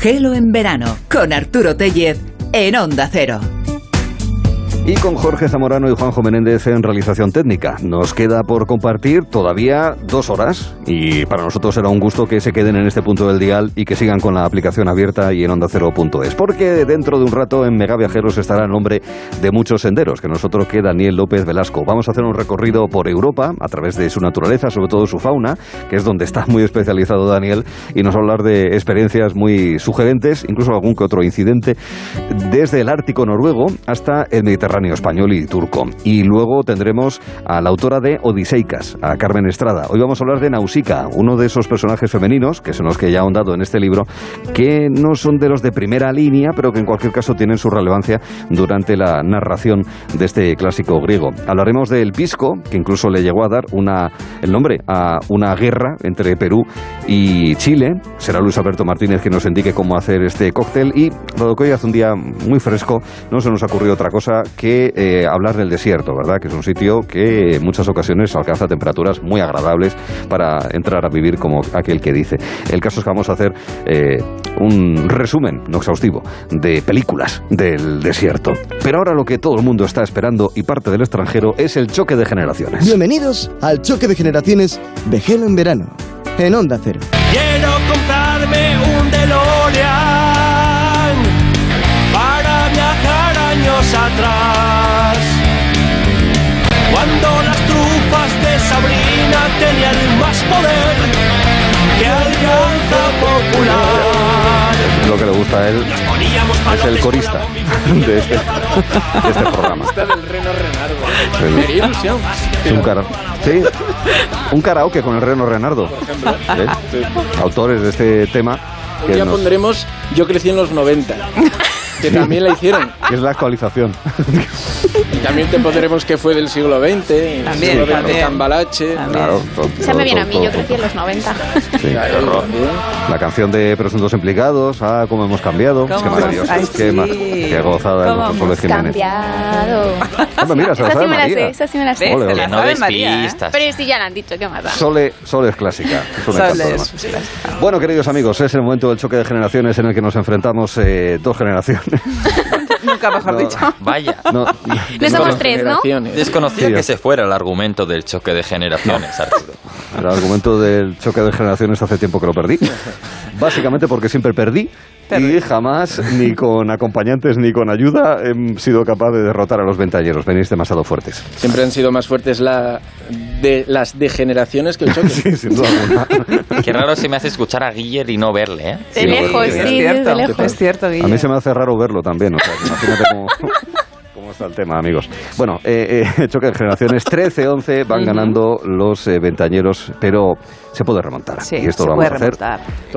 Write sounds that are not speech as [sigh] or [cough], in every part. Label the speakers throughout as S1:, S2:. S1: Gelo en verano con Arturo Tellez en Onda Cero.
S2: Y con Jorge Zamorano y Juanjo Menéndez en realización técnica. Nos queda por compartir todavía dos horas y para nosotros será un gusto que se queden en este punto del dial y que sigan con la aplicación abierta y en onda ondacero.es. Porque dentro de un rato en Mega Viajeros estará el nombre de muchos senderos, que nosotros que Daniel López Velasco. Vamos a hacer un recorrido por Europa a través de su naturaleza, sobre todo su fauna, que es donde está muy especializado Daniel, y nos va a hablar de experiencias muy sugerentes, incluso algún que otro incidente, desde el Ártico noruego hasta el Mediterráneo español y turco. Y luego tendremos a la autora de Odiseicas, a Carmen Estrada. Hoy vamos a hablar de Nausica, uno de esos personajes femeninos, que son los que ya he ahondado en este libro, que no son de los de primera línea, pero que en cualquier caso tienen su relevancia durante la narración de este clásico griego. Hablaremos del Pisco, que incluso le llegó a dar una, el nombre a una guerra entre Perú y Chile. Será Luis Alberto Martínez que nos indique cómo hacer este cóctel. Y, dado que hoy hace un día muy fresco, no se nos ha ocurrido otra cosa que que eh, hablar del desierto, ¿verdad? Que es un sitio que en muchas ocasiones alcanza temperaturas muy agradables para entrar a vivir como aquel que dice. El caso es que vamos a hacer eh, un resumen, no exhaustivo, de películas del desierto. Pero ahora lo que todo el mundo está esperando y parte del extranjero es el choque de generaciones.
S3: Bienvenidos al choque de generaciones de Gelo en verano, en Onda Cero.
S4: Quiero comprarme un DeLorean para viajar años atrás. Cuando las trufas de Sabrina tenían más poder que alcanza popular.
S2: Lo que le gusta a él es el corista de este, de este programa.
S5: del Reno
S2: El-
S5: Renardo. Qué ilusión.
S2: Es un karaoke. Sí, un karaoke con el Reno Renardo. ¿eh?
S5: Sí.
S2: Autores de este tema.
S5: Un
S2: que
S5: día
S2: nos-
S5: pondremos Yo crecí en los 90, que también la hicieron.
S2: que es la actualización.
S5: Y también te pondremos que fue del siglo XX, el
S1: También,
S5: siglo XX,
S1: también.
S5: Cambalache.
S2: Claro, todo-
S6: Se me viene a
S2: todo-
S6: mí, yo
S2: todo
S6: crecí en los 90.
S2: Sí,
S5: Ahí
S2: qué horror.
S5: también.
S2: La canción de Presuntos Implicados, ah, cómo hemos cambiado.
S1: ¿Cómo
S2: qué maravilloso.
S1: hemos- ay,
S2: qué, ma-
S1: sí.
S2: qué gozada
S1: ¿Cómo
S2: el profesor Jiménez.
S6: Cambiado.
S2: Ah, pero mira, se
S6: Esa
S2: la
S6: sí
S2: sabe
S6: me la
S2: María.
S6: sé, esa sí me la sé.
S2: Ole, ole.
S7: Que
S1: La
S7: no
S1: sabe
S7: des
S1: María, ¿eh?
S7: pistas.
S6: Pero si ya la han dicho, ¿qué más da?
S2: Sole, Sole es clásica. Es un
S1: Sole
S2: encanto,
S1: es
S2: además. Bueno, queridos amigos, es el momento del choque de generaciones en el que nos enfrentamos eh, dos generaciones.
S1: [laughs] Nunca mejor
S2: No.
S1: dicho.
S7: Vaya.
S2: No,
S6: No somos
S2: no,
S6: tres, ¿no?
S5: Generaciones.
S7: Desconocía
S2: Sí,
S7: que
S2: es-
S7: se fuera el argumento del choque de generaciones, Arturo.
S2: El argumento del choque de generaciones hace tiempo que lo perdí. Básicamente porque siempre perdí. Y jamás, ni con acompañantes ni con ayuda, he sido capaz de derrotar a los ventañeros. Venís demasiado fuertes. [laughs]
S5: Siempre han sido más fuertes la, de, las degeneraciones que el choque.
S2: Sí, sin duda alguna.
S7: Qué raro se me hace escuchar a Guiller y no verle, ¿eh?
S6: De lejos,
S1: es
S6: sí,
S1: cierto,
S6: desde lejos.
S1: es cierto,
S2: A
S1: Guille.
S2: mí se me hace raro verlo también. O sea, que imagínate cómo, [laughs] cómo está el tema, amigos. Bueno, eh, eh, [laughs] choque de generaciones 13-11 van ganando los eh, ventañeros, pero se puede remontar.
S1: Sí,
S2: y esto
S1: se
S2: lo vamos
S1: puede
S2: a hacer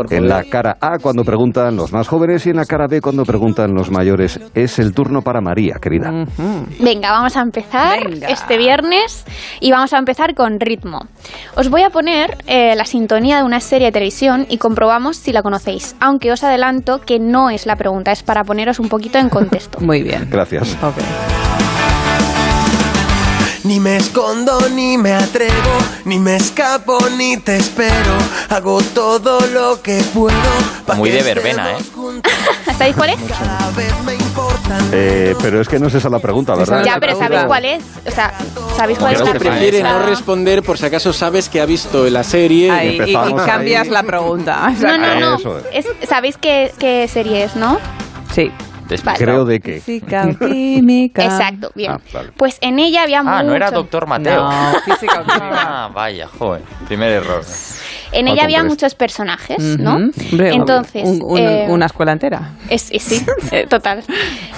S1: remontar.
S2: en la cara A cuando preguntan los más jóvenes y en la cara B cuando preguntan los mayores. Es el turno para María, querida.
S6: Venga, vamos a empezar
S1: Venga.
S6: este viernes y vamos a empezar con ritmo. Os voy a poner eh, la sintonía de una serie de televisión y comprobamos si la conocéis, aunque os adelanto que no es la pregunta, es para poneros un poquito en contexto. [laughs]
S1: Muy bien.
S2: Gracias.
S1: Ok.
S4: Ni me escondo, ni me atrevo, ni me escapo, ni te espero. Hago todo lo que puedo. pa'
S7: Muy
S4: que
S7: de verbena,
S4: estemos
S7: ¿eh?
S4: juntos.
S6: ¿Sabéis cuál es?
S4: Cada vez me importan
S2: Eh,
S4: menos.
S2: pero es que no es esa la pregunta, ¿verdad?
S6: Ya,
S1: la
S6: pero
S1: pregunta.
S6: ¿sabéis cuál es? O sea, ¿sabéis cuál es
S2: Creo
S6: la
S2: que
S5: Prefiere
S6: pregunta?
S5: no responder por si acaso sabes que ha visto la serie.
S1: Ahí, y, y
S2: empezamos
S1: cambias
S2: ahí.
S1: la pregunta.
S6: No, no, no.
S2: Eso
S6: Es- ¿Sabéis qué, qué serie es, no?
S1: Sí.
S7: Después-
S6: Vale.
S2: Creo de que.
S1: Física o química.
S6: Exacto, bien.
S2: Ah, vale.
S6: Pues en ella había
S7: Ah, no era
S6: mucho-
S7: doctor Mateo.
S1: No, física o química.
S7: Ah, vaya, joven. Primer error.
S6: En
S2: Malcolm
S6: ella había
S2: Brest.
S6: muchos personajes, ¿no?
S1: Ujú. Hombre,
S6: Entonces,
S1: un- un-
S6: eh,
S1: una escuela entera.
S6: es- es- sí, eh, total.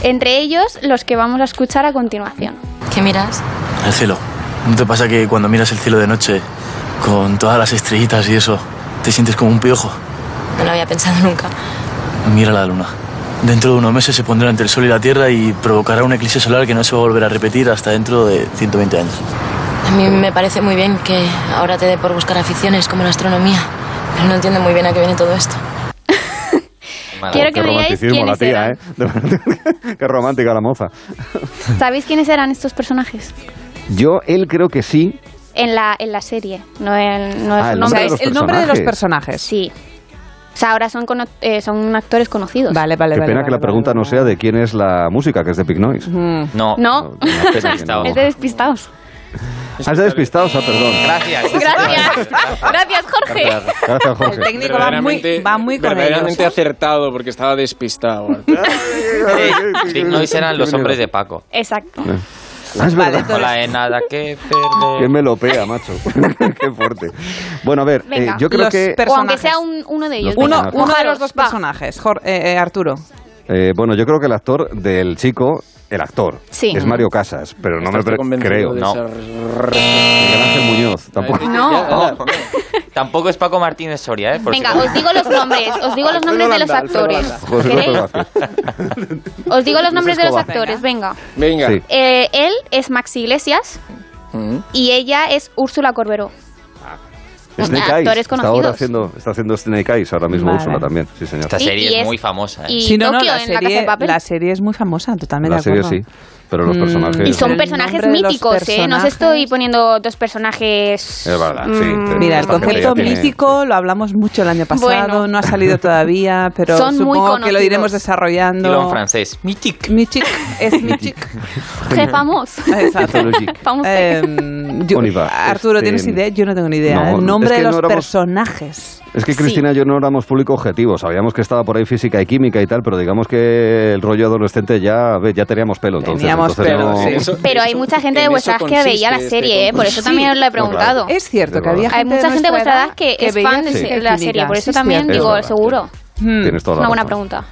S6: Entre ellos, los que vamos a escuchar a continuación.
S8: ¿Qué miras?
S9: El cielo. ¿No te pasa que cuando miras el cielo de noche, con todas las estrellitas y eso, te sientes como un piojo?
S8: No lo había pensado nunca.
S9: Mira la luna. Dentro de unos meses se pondrá entre el sol y la tierra y provocará un eclipse solar que no se va a volver a repetir hasta dentro de 120 años.
S8: A mí me parece muy bien que ahora te dé por buscar aficiones como la astronomía, pero no entiendo muy bien a qué viene todo esto.
S7: Madre.
S6: Quiero
S2: Qué
S6: que me digáis
S2: romanticismo
S6: quiénes
S2: la tía,
S6: eran.
S2: ¿eh? De verdad, [laughs] Qué romántica la moza.
S6: ¿Sabéis quiénes eran estos personajes?
S2: Yo, él creo que sí,
S6: En la, en la serie, no en no
S2: Ah,
S6: es
S2: el
S6: un
S2: nombre
S6: nombre.
S2: de
S1: Es
S2: los
S1: el nombre de los personajes.
S2: personajes.
S6: Sí. O sea, ahora son, cono- eh, son actores conocidos.
S10: Vale, vale,
S2: Qué
S10: vale.
S2: pena que la
S10: vale,
S2: pregunta
S10: vale,
S2: no sea de quién es la música, que es de Pig Noise.
S10: vale. Mm.
S7: No,
S6: No.
S2: No, no, despistado.
S6: Es de despistados.
S2: Ah, está despistado, ah, perdón.
S7: Gracias.
S6: Gracias. Gracias, Jorge.
S2: Gracias,
S10: El
S2: Jorge.
S10: técnico va muy, va muy con
S5: verdaderamente
S10: ellos.
S5: acertado porque estaba despistado.
S7: Sí, Pig Noise eran los hombres de Paco.
S6: Exacto.
S2: Ah, es
S10: Vale,
S2: verdad.
S10: todo-
S7: Hola, eh, nada que
S2: Qué
S7: perder.
S2: melopea, macho. [laughs] Qué fuerte. Bueno, a ver, eh,
S6: Venga.
S2: yo creo
S10: Los
S2: que...
S10: per-
S6: O aunque
S10: Personajes.
S6: sea un- uno de ellos.
S2: Los
S10: Uno,
S2: personajes.
S10: uno de
S6: Ojalá,
S10: los dos
S6: va.
S10: personajes, Jor- eh, eh, Arturo.
S2: eh, bueno, yo creo que el actor del chico, el actor,
S6: Sí.
S2: es Mario Casas, pero no me
S5: Estás
S2: pre-
S5: convencido
S2: creo.
S5: de
S2: No.
S5: esa-
S2: Miguel Ángel Muñoz, tampoco.
S6: No.
S7: Tampoco es Paco Martínez Soria, ¿eh? Por
S6: Venga,
S7: si-
S6: os digo los nombres. Os digo los nombres de los actores.
S2: José
S6: ¿Queréis?
S2: López Vázquez.
S6: Os digo los nombres de los
S2: Escobar.
S6: actores. Venga.
S5: Venga. Mm.
S2: Sí.
S6: Eh, él es Maxi Iglesias y ella es Úrsula Corberó.
S2: Ah. Snake
S6: actores
S2: Eyes. Está, ahora
S6: conocidos.
S2: haciendo, está haciendo Snake Eyes ahora mismo
S10: Vale.
S2: Úrsula también. Sí, señor.
S7: Esta
S6: Sí,
S7: serie
S6: y
S7: es,
S6: es-
S7: muy famosa, ¿eh?
S6: Y
S10: Sí, no, no,
S6: Tokio
S10: la
S6: en la casa
S10: serie,
S6: de papel.
S10: la serie es muy famosa, totalmente
S2: La
S10: de
S2: serie
S10: acuerdo.
S2: sí, pero los
S10: Mm,
S2: personajes... Eh,
S6: Y
S10: El
S6: son
S10: nombre
S6: personajes
S10: de los
S6: míticos, ¿eh? No os
S10: personajes.
S6: estoy poniendo dos personajes.
S2: Es verdad, sí.
S6: Mm,
S10: Mira, el
S2: Esta gente
S10: concepto
S2: ya tiene-
S10: mítico lo hablamos mucho el año pasado,
S6: Bueno.
S10: no ha salido todavía, pero
S6: Son muy
S10: supongo que lo
S6: conocidos.
S10: iremos
S7: Dilo en
S10: desarrollando.
S7: francés. Mythic.
S10: Michik, es
S7: [laughs]
S10: Michik.
S6: Je
S10: [laughs]
S6: famoso.
S10: Exacto.
S2: Mythologique.
S10: Eh,
S6: Famoso.
S10: Em, [laughs] yo-
S2: Oliva,
S10: Arturo,
S2: este-
S10: ¿tienes idea? Yo no tengo ni idea. ¿eh?
S2: No,
S10: el nombre
S2: es que
S10: de
S2: no
S10: los
S2: éramos-
S10: personajes.
S2: Es que
S6: Sí.
S2: Cristina y yo no éramos público objetivo, sabíamos que estaba por ahí física y química y tal, pero digamos que el rollo adolescente ya, ve, ya teníamos pelo entonces.
S10: Teníamos
S2: entonces
S10: pelo,
S2: no-
S10: sí.
S5: eso-
S6: Pero hay
S5: eso-
S6: mucha gente de
S5: en
S6: vuestra
S5: eso
S6: edad que veía la
S5: consiste
S6: serie,
S5: este
S6: ¿eh? Por eso
S5: concurso.
S6: también os lo he
S2: no, claro.
S6: preguntado.
S10: Es cierto
S2: De
S10: que había
S2: verdad.
S10: gente
S6: Hay mucha
S10: de
S6: gente de
S10: nuestra
S6: vuestra edad que es
S10: veía
S6: fan de
S10: serie
S6: se- la serie,
S10: infinita.
S6: por eso
S10: Sí,
S6: también
S10: cierto.
S6: digo,
S2: Es verdad,
S6: seguro.
S10: Hmm.
S2: Tienes toda
S6: Mm. Una
S2: la
S6: buena
S2: razón.
S6: pregunta.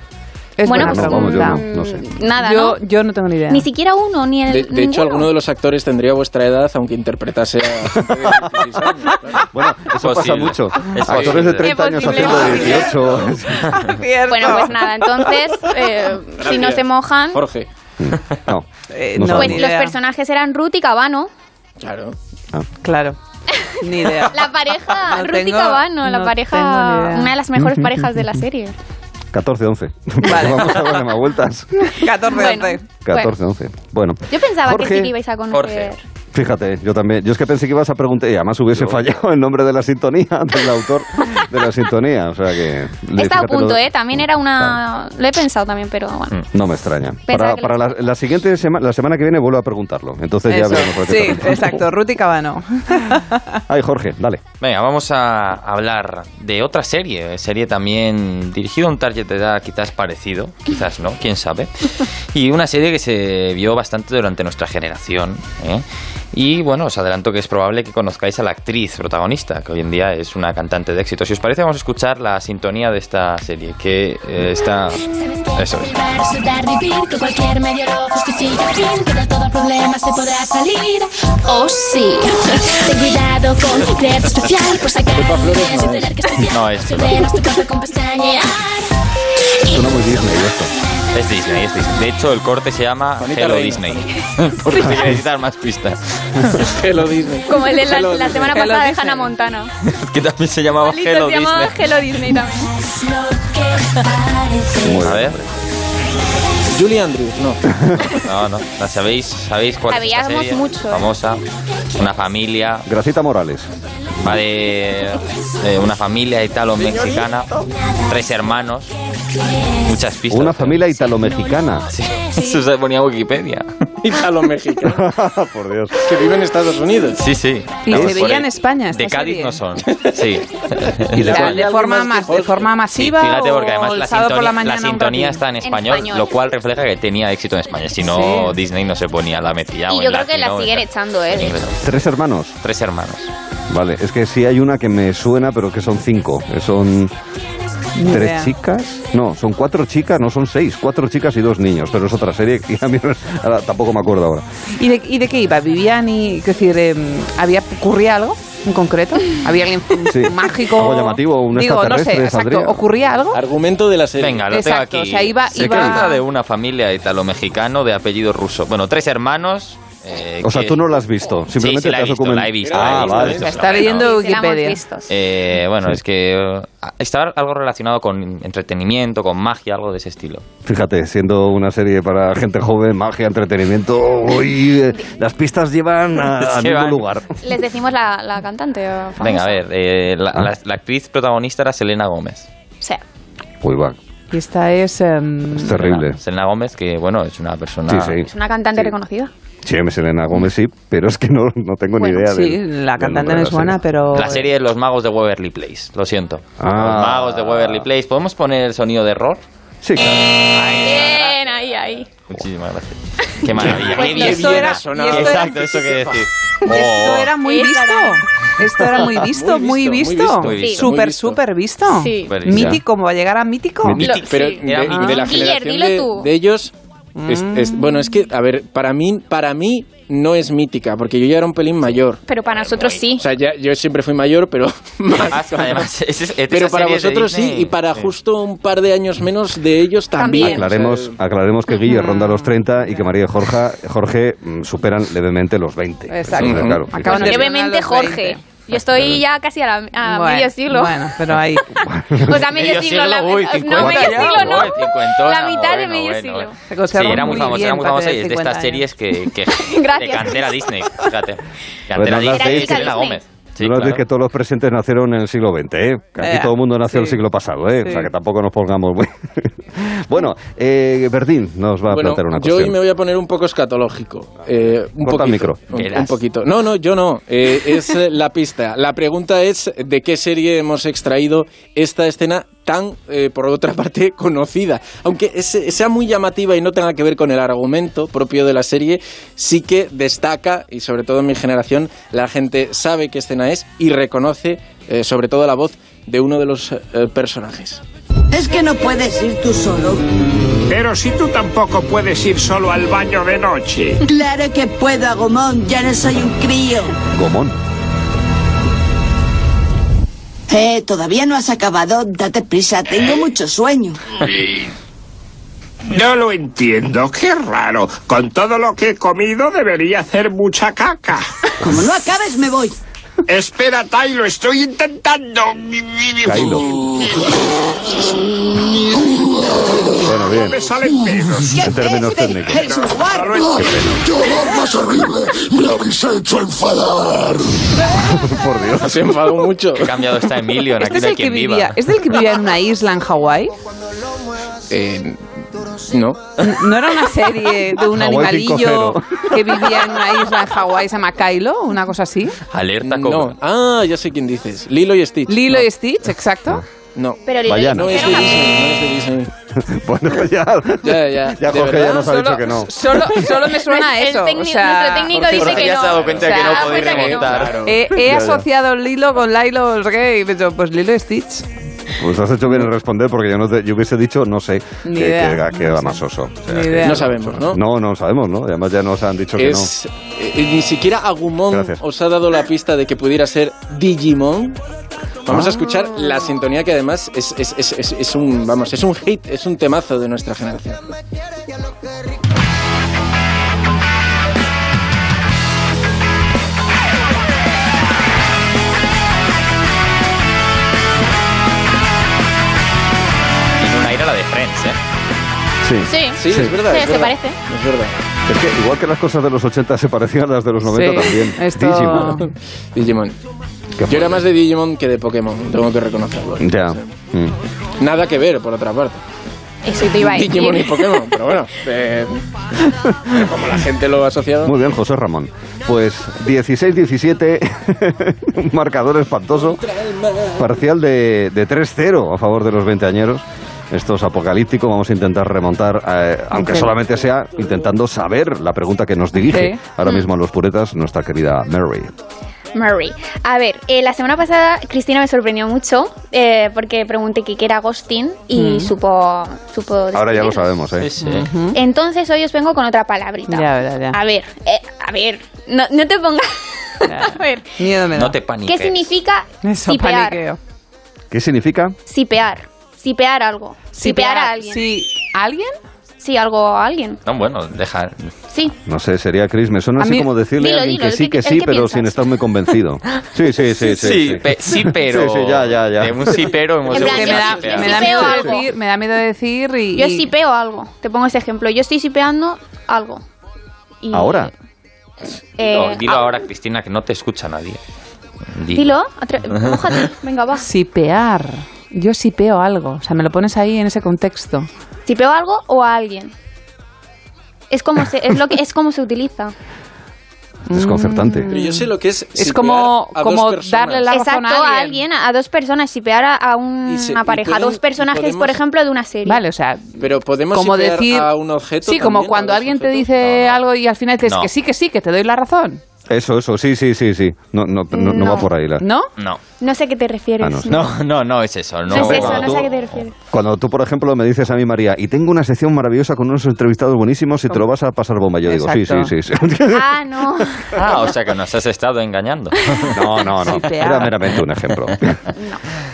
S10: Es
S6: Bueno, pues,
S10: buena
S2: No, vamos, yo
S10: pregunta.
S2: no, no sé.
S6: Nada,
S10: Yo,
S6: ¿no?
S10: yo no tengo ni idea.
S6: Ni siquiera uno, ni el.
S5: De, de hecho,
S6: ninguno.
S5: alguno de los actores tendría vuestra edad, aunque interpretase [laughs] a gente de 16 años. claro.
S2: Bueno, eso pasa
S7: Posible.
S2: mucho.
S7: Es
S2: Actores
S7: posible.
S2: de 30 años
S6: Es posible.
S2: haciendo de 18.
S6: [laughs]
S10: Cierto.
S6: Bueno, pues nada,
S5: [laughs]
S6: entonces, eh, si no se mojan,
S5: Jorge.
S2: No,
S10: Eh,
S2: no
S10: no,
S6: pues
S10: ni
S2: sabemos.
S6: los
S10: idea.
S6: personajes eran Ruth y Cabano.
S5: Claro.
S10: Claro. Ni idea.
S6: [laughs] La pareja,
S10: No
S6: Ruth y
S10: tengo-
S6: Cabano, la
S10: no tengo ni
S6: pareja,
S10: idea.
S6: una de las mejores parejas de la
S10: [laughs]
S6: serie.
S2: 14, [laughs] 11.
S10: Vale.
S2: Vamos a darle más vueltas.
S10: 14
S6: [laughs] Bueno.
S10: 11.
S2: 14, 11. Bueno.
S6: Yo pensaba que
S2: Jorge,
S6: sí que ibais a
S7: Jorge.
S6: conocer.
S2: Fíjate, yo también. Yo es que pensé que ibas a preguntar, y además hubiese fallado el nombre de la sintonía, [laughs] del autor de la sintonía. O sea que.
S6: He estado a
S2: fíjate lo-
S6: punto, ¿eh? También era una... Lo he pensado también, pero bueno.
S2: No me extraña.
S6: Pensaba
S2: Para,
S6: que
S2: para la, la siguiente semana, la semana que viene vuelvo a preguntarlo. Entonces ya
S10: Eso.
S2: veremos. a ver qué
S10: Sí,
S2: tal.
S10: exacto. Ruti Cabano.
S2: [laughs] Ay, Jorge, dale.
S7: Venga, vamos a hablar de otra serie, serie también dirigida a un target de edad quizás parecido, quizás no, quién sabe. Y una serie que se vio bastante durante nuestra generación. ¿eh? Y bueno, os adelanto que es probable que conozcáis a la actriz protagonista, que hoy en día es una cantante de éxito. Si os parece, vamos a escuchar la sintonía de esta serie, que eh, está... Eso es.
S6: ¡Oh, sí!
S7: No, es...
S2: Suena muy Disney esto.
S7: Es Disney, es Disney. De hecho, el corte se llama
S5: Juanita
S7: Hello
S5: Reina.
S7: Disney. [laughs] Por si queréis dar más pistas.
S5: Hello Disney.
S6: Como el de la,
S5: Hello
S6: la
S5: Disney.
S6: semana
S10: Hello
S6: pasada de
S10: Disney.
S6: Hannah Montana.
S7: Que también se llamaba
S6: Solito
S7: Hello
S6: se llamaba
S7: Disney.
S6: Hello Disney también.
S10: [laughs]
S2: Muy
S7: A
S2: bien.
S7: ver.
S5: Julie Andrews, no. [laughs]
S7: No, no, la sabéis, sabéis cuál es esta
S6: Sabíamos
S7: serie?
S6: mucho.
S10: ¿eh?
S7: Famosa, una familia,
S2: Gracita Morales.
S7: va de eh, una familia italo-mexicana, tres hermanos, muchas pistas.
S2: Una familia italo-mexicana.
S7: [laughs]
S2: [laughs]
S7: Sí, eso se ponía en Wikipedia.
S5: Italo mexicano.
S2: Por Dios.
S5: Que vive en Estados Unidos.
S7: Sí, sí.
S10: Y
S7: Vamos
S10: se
S7: por
S10: veía
S7: ahí.
S10: en España esta
S7: De Cádiz
S10: serie.
S7: no son,
S10: [laughs]
S7: sí. [laughs]
S2: Y
S10: O
S2: de
S10: sea,
S2: cuál?
S10: de, forma mas- de forma
S7: Sí,
S10: masiva
S7: fíjate,
S10: o
S7: porque además
S10: el
S7: la
S10: sábado por
S7: sintonía,
S10: la
S7: la
S10: mañana un
S7: sintonía
S10: ratito?
S7: está en español,
S6: español.
S7: lo cual refleja que tenía éxito en España. Si no, Disney no se ponía la metilla.
S6: Y
S7: o
S6: yo
S7: en
S6: creo que la
S7: latino o en
S6: siguen
S7: tal.
S6: echando, ¿eh?
S7: En
S6: de
S7: inglés.
S6: hecho.
S2: Tres hermanos.
S7: Tres hermanos.
S2: Vale, es que sí hay una que me suena, pero que son cinco. que Son
S10: Ni
S2: tres
S10: idea.
S2: chicas. No, son cuatro chicas, no son seis. Cuatro chicas y dos niños. Pero es otra serie que [laughs] a mí no- ahora tampoco me acuerdo ahora.
S10: ¿Y de, ¿Y de qué iba? ¿Vivían y, es decir, em, había ocurría algo en concreto? ¿Había alguien
S2: Sí.
S10: [laughs] mágico?
S2: Algo llamativo, un
S10: Digo, no sé,
S2: extraterrestre,
S10: exacto.
S2: saldría.
S10: ¿Ocurría algo?
S5: Argumento de la serie.
S7: Venga, lo
S10: Exacto,
S7: tengo
S10: o
S7: aquí.
S10: sea, iba-
S7: Se
S10: iba-
S7: trata de una familia italo-mexicano de apellido ruso. Bueno, tres hermanos. eh,
S2: O sea,
S7: que-
S2: tú no la has visto.
S7: Sí,
S2: Simplemente
S7: sí, la
S2: te
S7: he
S2: has
S7: visto,
S2: documentado.
S7: la he visto.
S2: Ah,
S7: la he visto,
S2: vale.
S7: la he visto.
S10: Está
S7: Bueno,
S10: leyendo
S6: Sí, éramos
S10: Wikipedia.
S6: listos.
S7: eh, bueno, es que eh, estaba algo relacionado con entretenimiento, con magia, algo de ese estilo.
S2: Fíjate, siendo una serie para gente joven, magia, entretenimiento, uy, eh, las pistas llevan
S7: [laughs]
S2: a- al Ah, mismo
S7: Llevan.
S2: lugar.
S6: Les decimos la, la cantante. o famosa.
S7: Venga, a ver, eh, la, la- la actriz protagonista era Selena Gómez.
S6: Sí.
S2: Uy, Pues va.
S10: Y esta es... em,
S2: Es terrible.
S7: Selena Gómez, que bueno, es una persona.
S2: Sí, sí.
S6: Es una cantante reconocida.
S2: Sí, me Selena Gómez sí, pero es que no, no tengo ni idea
S10: sí,
S2: de.
S10: la cantante
S2: no
S10: me suena, pero...
S7: La serie es Los Magos de Waverly Place, lo siento.
S2: Ah.
S7: Los Magos de Waverly Place. ¿Podemos poner el sonido de error?
S2: Sí,
S6: Bien, ahí, ahí.
S7: Muchísimas gracias. Qué maravilla.
S10: Pues
S7: qué bien,
S10: esto
S7: bien
S10: era-
S7: ha sonado.
S10: y esto era-
S7: Exacto, eso que decir. Oh.
S6: Oh,
S10: Esto era muy
S6: Esta
S10: visto.
S6: era-
S10: Esto era muy visto, muy
S5: Muy visto,
S10: visto.
S7: muy visto. Sí. Muy
S10: Súper,
S5: visto.
S10: súper visto.
S6: Sí.
S7: Súper visto.
S10: Mítico, ¿va a llegar a mítico?
S2: Mítico.
S6: Lo-
S5: Pero
S6: sí.
S5: de,
S7: Ah.
S5: de la
S6: Guiller,
S5: generación
S6: dilo
S5: de,
S6: tú.
S5: de ellos. es-
S10: Mm.
S5: es- bueno, es que, a ver, para mí, para mí no es mítica, porque yo ya era un pelín mayor.
S6: Pero para nosotros sí.
S5: O sea, ya, yo siempre fui mayor, pero [laughs] más.
S7: Además, además, es- Este es- esta
S5: pero para
S7: serie es de
S5: vosotros sí,
S7: Disney.
S5: y para
S7: Sí.
S5: justo un par de años menos de ellos también.
S6: También.
S2: Aclaremos,
S5: O sea,
S2: aclaremos que Guille ronda los 30 y que María y Jorge, Jorge mm, superan levemente los 20.
S10: Exacto.
S2: Entonces, claro,
S10: Ujú.
S2: fíjate.
S10: Acaban de-
S6: Levemente
S10: Los
S6: Jorge.
S10: 20.
S6: Yo estoy ya casi a, la- a
S10: Bueno,
S6: medio siglo.
S10: Bueno, pero ahí...
S6: O sea, medio,
S7: Medio
S6: siglo.
S7: siglo,
S6: la-
S7: uy,
S6: no, medio
S7: cincuenta ya,
S6: siglo no.
S7: uy, cincuentona,
S6: la mitad de
S7: bueno,
S6: medio
S7: bueno,
S6: siglo.
S7: bueno.
S10: Se
S7: Sí,
S10: conserva
S7: era muy,
S10: muy
S7: famosa,
S10: bien
S7: era muy
S10: para
S7: famosa y
S10: tener
S7: es de estas
S10: 50
S7: series que, que de
S6: Gracias.
S7: cantera Disney, fíjate.
S2: Pero
S7: Cantera
S2: no
S7: Disney,
S6: hacéis-
S7: Selena Gómez. Sí,
S2: no nos digas
S7: claro.
S2: que todos los presentes nacieron en el siglo XX, ¿eh? Que aquí
S10: Eh,
S2: todo el mundo nació
S10: sí.
S2: en el siglo pasado, ¿eh? O sea,
S10: Sí.
S2: que tampoco nos pongamos muy... [laughs] bueno, eh, Bertín nos va a
S5: bueno,
S2: plantear una
S5: yo
S2: cuestión.
S5: hoy me voy a poner un poco escatológico. eh, un
S2: Corta
S5: poquito,
S2: el micro.
S5: Un,
S7: Verás.
S5: un poquito. No, no, yo no. eh, es eh, la pista. La pregunta es de qué serie hemos extraído esta escena tan, eh, por otra parte, [laughs] conocida. Aunque es- eh, sea muy llamativa y no tenga que ver con el argumento propio de la serie, sí que destaca, y sobre todo en mi generación, la gente sabe qué escena es y reconoce, eh, sobre todo, la voz de uno de los eh, personajes. [laughs]
S11: Es que no puedes ir tú solo.
S12: Pero si tú tampoco puedes ir solo al baño de noche.
S11: Claro que puedo, Agumón, ya no soy un crío.
S2: Gomón.
S11: Eh, todavía no has acabado, date prisa, tengo mucho sueño.
S12: No lo entiendo, qué raro. Con todo lo que he comido debería hacer mucha [laughs] caca.
S11: Como no acabes, me voy.
S12: Espera, Tai, lo estoy [laughs] intentando. [laughs]
S2: Kylo. Bueno, bien.
S12: Me salen pedos.
S11: ¿Qué
S2: En términos
S11: peste?
S12: este
S2: técnicos.
S11: Eres un guarro.
S12: ¡Qué horror más horrible! ¡Me habéis hecho enfadar!
S2: Por Dios.
S5: Se enfadó mucho.
S7: He cambiado esta Emilio, aquí
S10: Este es
S7: no hay
S10: el que
S7: quien viva.
S10: vivía, ¿es del que vivía en una isla en Hawái?
S5: Eh, no.
S10: ¿No era una serie de un
S2: Hawái
S10: animalillo
S2: 5-0.
S10: que vivía en una isla en Hawái, se llama Kylo, una cosa así?
S7: Alerta
S5: No.
S7: cobra.
S5: Ah, ya sé quién dices. Lilo y Stitch.
S10: Lilo
S5: No,
S10: y Stitch, exacto.
S5: No.
S6: Pero Lilo
S2: Vayana.
S5: No
S6: y
S5: es
S6: Stitch era
S5: de
S6: una-
S5: Disney, no es de Disney.
S2: Ah, [laughs] Bueno, pues ya.
S5: Ya, ya,
S2: Ya
S5: de
S2: Jorge ya
S5: verdad,
S2: nos ha dicho que no.
S10: Solo, solo
S6: [laughs]
S10: me suena a
S6: El
S10: eso.
S6: técnico-
S10: o sea,
S6: nuestro técnico
S5: Jorge-
S6: dice
S5: Jorge
S6: que
S7: ya
S6: no.
S7: se ha dado cuenta
S6: O sea,
S7: que no
S6: se ha dado
S7: podéis
S6: cuenta que no.
S7: remontar.
S10: He, he asociado Lilo con Lilo, no sé qué, y he pensado, pues Lilo y Stitch.
S2: Pues has hecho bien en responder porque yo, no te- yo hubiese dicho, no sé,
S10: Ni
S2: que,
S10: idea.
S2: que- que era más oso. O sea,
S10: Ni
S2: que-
S10: idea.
S5: No sabemos, ¿no?
S2: No, no sabemos, ¿no? Además ya nos han dicho que no.
S5: Es, eh, ni siquiera Agumon
S2: Gracias.
S5: os ha dado la pista de que pudiera ser Digimon. Vamos
S2: Ah.
S5: a escuchar la sintonía que además es, es- es- es- es un vamos es un hit, es un temazo de nuestra generación.
S7: Tiene un aire a la de Friends, ¿eh?
S2: Sí.
S6: Sí.
S5: Sí, es verdad.
S6: Sí,
S5: es
S6: se
S5: verdad.
S6: parece.
S5: Es verdad.
S2: Es que igual que las cosas de los 80 se parecían a las de los 90
S10: Sí,
S2: también.
S10: esto-
S2: Digimon.
S5: Digimon.
S2: Qué
S5: Yo era más de Digimon que de Pokémon, tengo que reconocerlo.
S2: Ya. Mm.
S5: Nada que ver, por otra parte.
S6: Eso te
S10: [laughs]
S6: iba a decir.
S5: Digimon [laughs] y Pokémon, pero bueno. eh, [laughs] como la gente lo ha asociado.
S2: Muy bien, José Ramón. Pues 16-17, [laughs] un marcador espantoso, parcial de, de 3-0 a favor de los 20 añeros. Esto es apocalíptico, vamos a intentar remontar, eh, aunque solamente sea intentando saber la pregunta que nos dirige
S10: Sí.
S6: Mm.
S2: ahora mismo a los puretas nuestra querida Mary.
S6: Murray. A ver, eh, la semana pasada Cristina me sorprendió mucho eh, porque pregunté que qué era ghosting y
S10: Mm.
S6: supo, supo.
S2: Ahora
S6: describir.
S2: ya lo sabemos, ¿eh?
S7: Sí, sí.
S6: Entonces hoy os vengo con otra palabrita.
S10: Ya, verás, ya.
S6: A ver, eh, a ver, no, no te pongas. [laughs] a ver,
S10: Miedo me da.
S7: No te paniques.
S6: ¿qué significa
S10: Eso,
S6: sipear?
S10: paniqueo.
S2: ¿Qué significa?
S6: Sipear. Sipear algo. Sipear a alguien. Sí.
S10: Sí. ¿A alguien?
S6: algo a alguien.
S7: No, bueno, dejar.
S6: Sí.
S2: No sé, sería Chris. Me suena
S10: A
S2: así
S10: mí-
S2: como decirle
S6: Dilo,
S2: a alguien
S6: dilo,
S2: que
S6: el
S2: sí,
S6: que-
S2: que,
S6: el
S2: sí,
S6: que
S2: pero
S6: piensas.
S2: sin estar muy convencido.
S6: [laughs]
S2: Sí, sí, sí. Sí, sí.
S7: pe-
S2: [laughs]
S7: sí, pero.
S2: Sí, sí, ya, ya, ya.
S7: De un sí, pero hemos
S6: En plan,
S10: Que me,
S6: yo-
S10: da,
S6: yo
S10: me da
S6: sipeo
S10: miedo
S6: algo.
S10: decir, me da miedo decir y...
S6: Yo
S10: y-
S6: sipeo algo. Te pongo ese ejemplo. Yo estoy sipeando algo. Y-
S2: Ahora.
S6: Eh,
S7: No, dilo ahora, Cristina, que no te escucha nadie. Dilo.
S6: Dilo, atre- mójate, venga, va.
S10: Sipear. Yo sipeo algo, o sea, me lo pones ahí en ese contexto.
S6: Si pego algo o a alguien. Es como se, es lo que es como se utiliza. Mm.
S2: Desconcertante.
S5: Pero yo sé lo que es.
S10: Mm. Es como-
S5: sipear a
S10: como
S5: dos personas.
S10: darle la
S6: Exacto, a alguien, a, a dos personas, shipear a, a un-
S5: Y se-
S6: una
S5: y
S6: pareja,
S5: pueden-
S6: dos personajes,
S5: y podemos-
S6: por ejemplo, de una serie.
S10: Vale, o sea,
S5: Pero podemos
S10: como
S5: sipear
S10: decir.
S5: a un objeto.
S10: sí, como
S5: también,
S10: cuando
S5: a dos
S10: alguien te dice algo y al final te dices
S2: No.
S10: que sí, que sí, que te doy la razón.
S2: Eso, eso, sí, sí, sí, sí. No, no, no, no
S6: No.
S2: va por ahí. la-
S10: ¿No?
S7: No.
S6: No sé a qué te refieres.
S2: Ah, no, sí.
S7: No, no, no es eso. No,
S6: No es eso,
S2: Cuando
S6: no sé a
S2: tú-
S6: qué te
S2: [laughs]
S6: refieres.
S2: Cuando tú, por ejemplo, me dices a mí, María, y tengo una sección maravillosa con unos entrevistados buenísimos y te lo vas a pasar bomba. Yo digo,
S7: Exacto.
S2: sí, [laughs] sí, sí. sí.
S6: Ah,
S2: [laughs]
S6: no.
S7: Ah, o sea que nos has estado engañando.
S2: No, no, no. Era meramente un
S6: [laughs]
S2: ejemplo.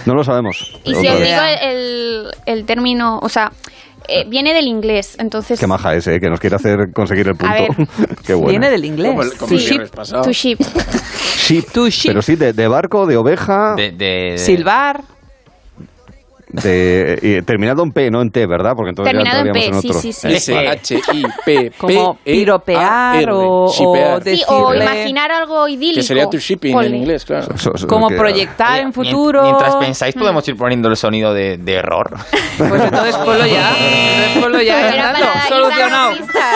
S2: No, lo sabemos.
S6: Y
S2: Otra
S6: si os
S2: vez.
S6: digo el, el término, o sea, eh, viene del inglés, entonces...
S2: Qué maja ese, ¿eh? que nos quiere hacer conseguir el punto.
S6: A ver.
S2: [laughs] Qué bueno.
S6: Sí. To ship.
S2: Ship. Pero sí, de, de barco, de oveja.
S7: De, de-
S10: Silbar.
S2: de- y terminado en P, no en T, ¿verdad? Porque entonces
S6: Terminado
S2: ya
S6: en
S2: entraríamos
S6: P, sí,
S2: en, otro.
S6: sí, sí.
S5: S, H, I, P, P,
S10: Como
S5: E, A,
S10: piropear
S5: R,
S10: o- o
S5: shipear.
S10: decir-
S6: Sí, o
S10: Decirle-
S6: imaginar algo idílico.
S5: Que sería to shipping en
S6: Ponle.
S5: inglés, claro.
S10: Como proyectar en
S7: Mien-
S10: futuro.
S7: Mientras pensáis, podemos ir poniendo el sonido de, de error.
S10: Pues entonces ponlo
S6: [laughs]
S10: ya. Entonces ponlo ya, Hernando. Solucionado.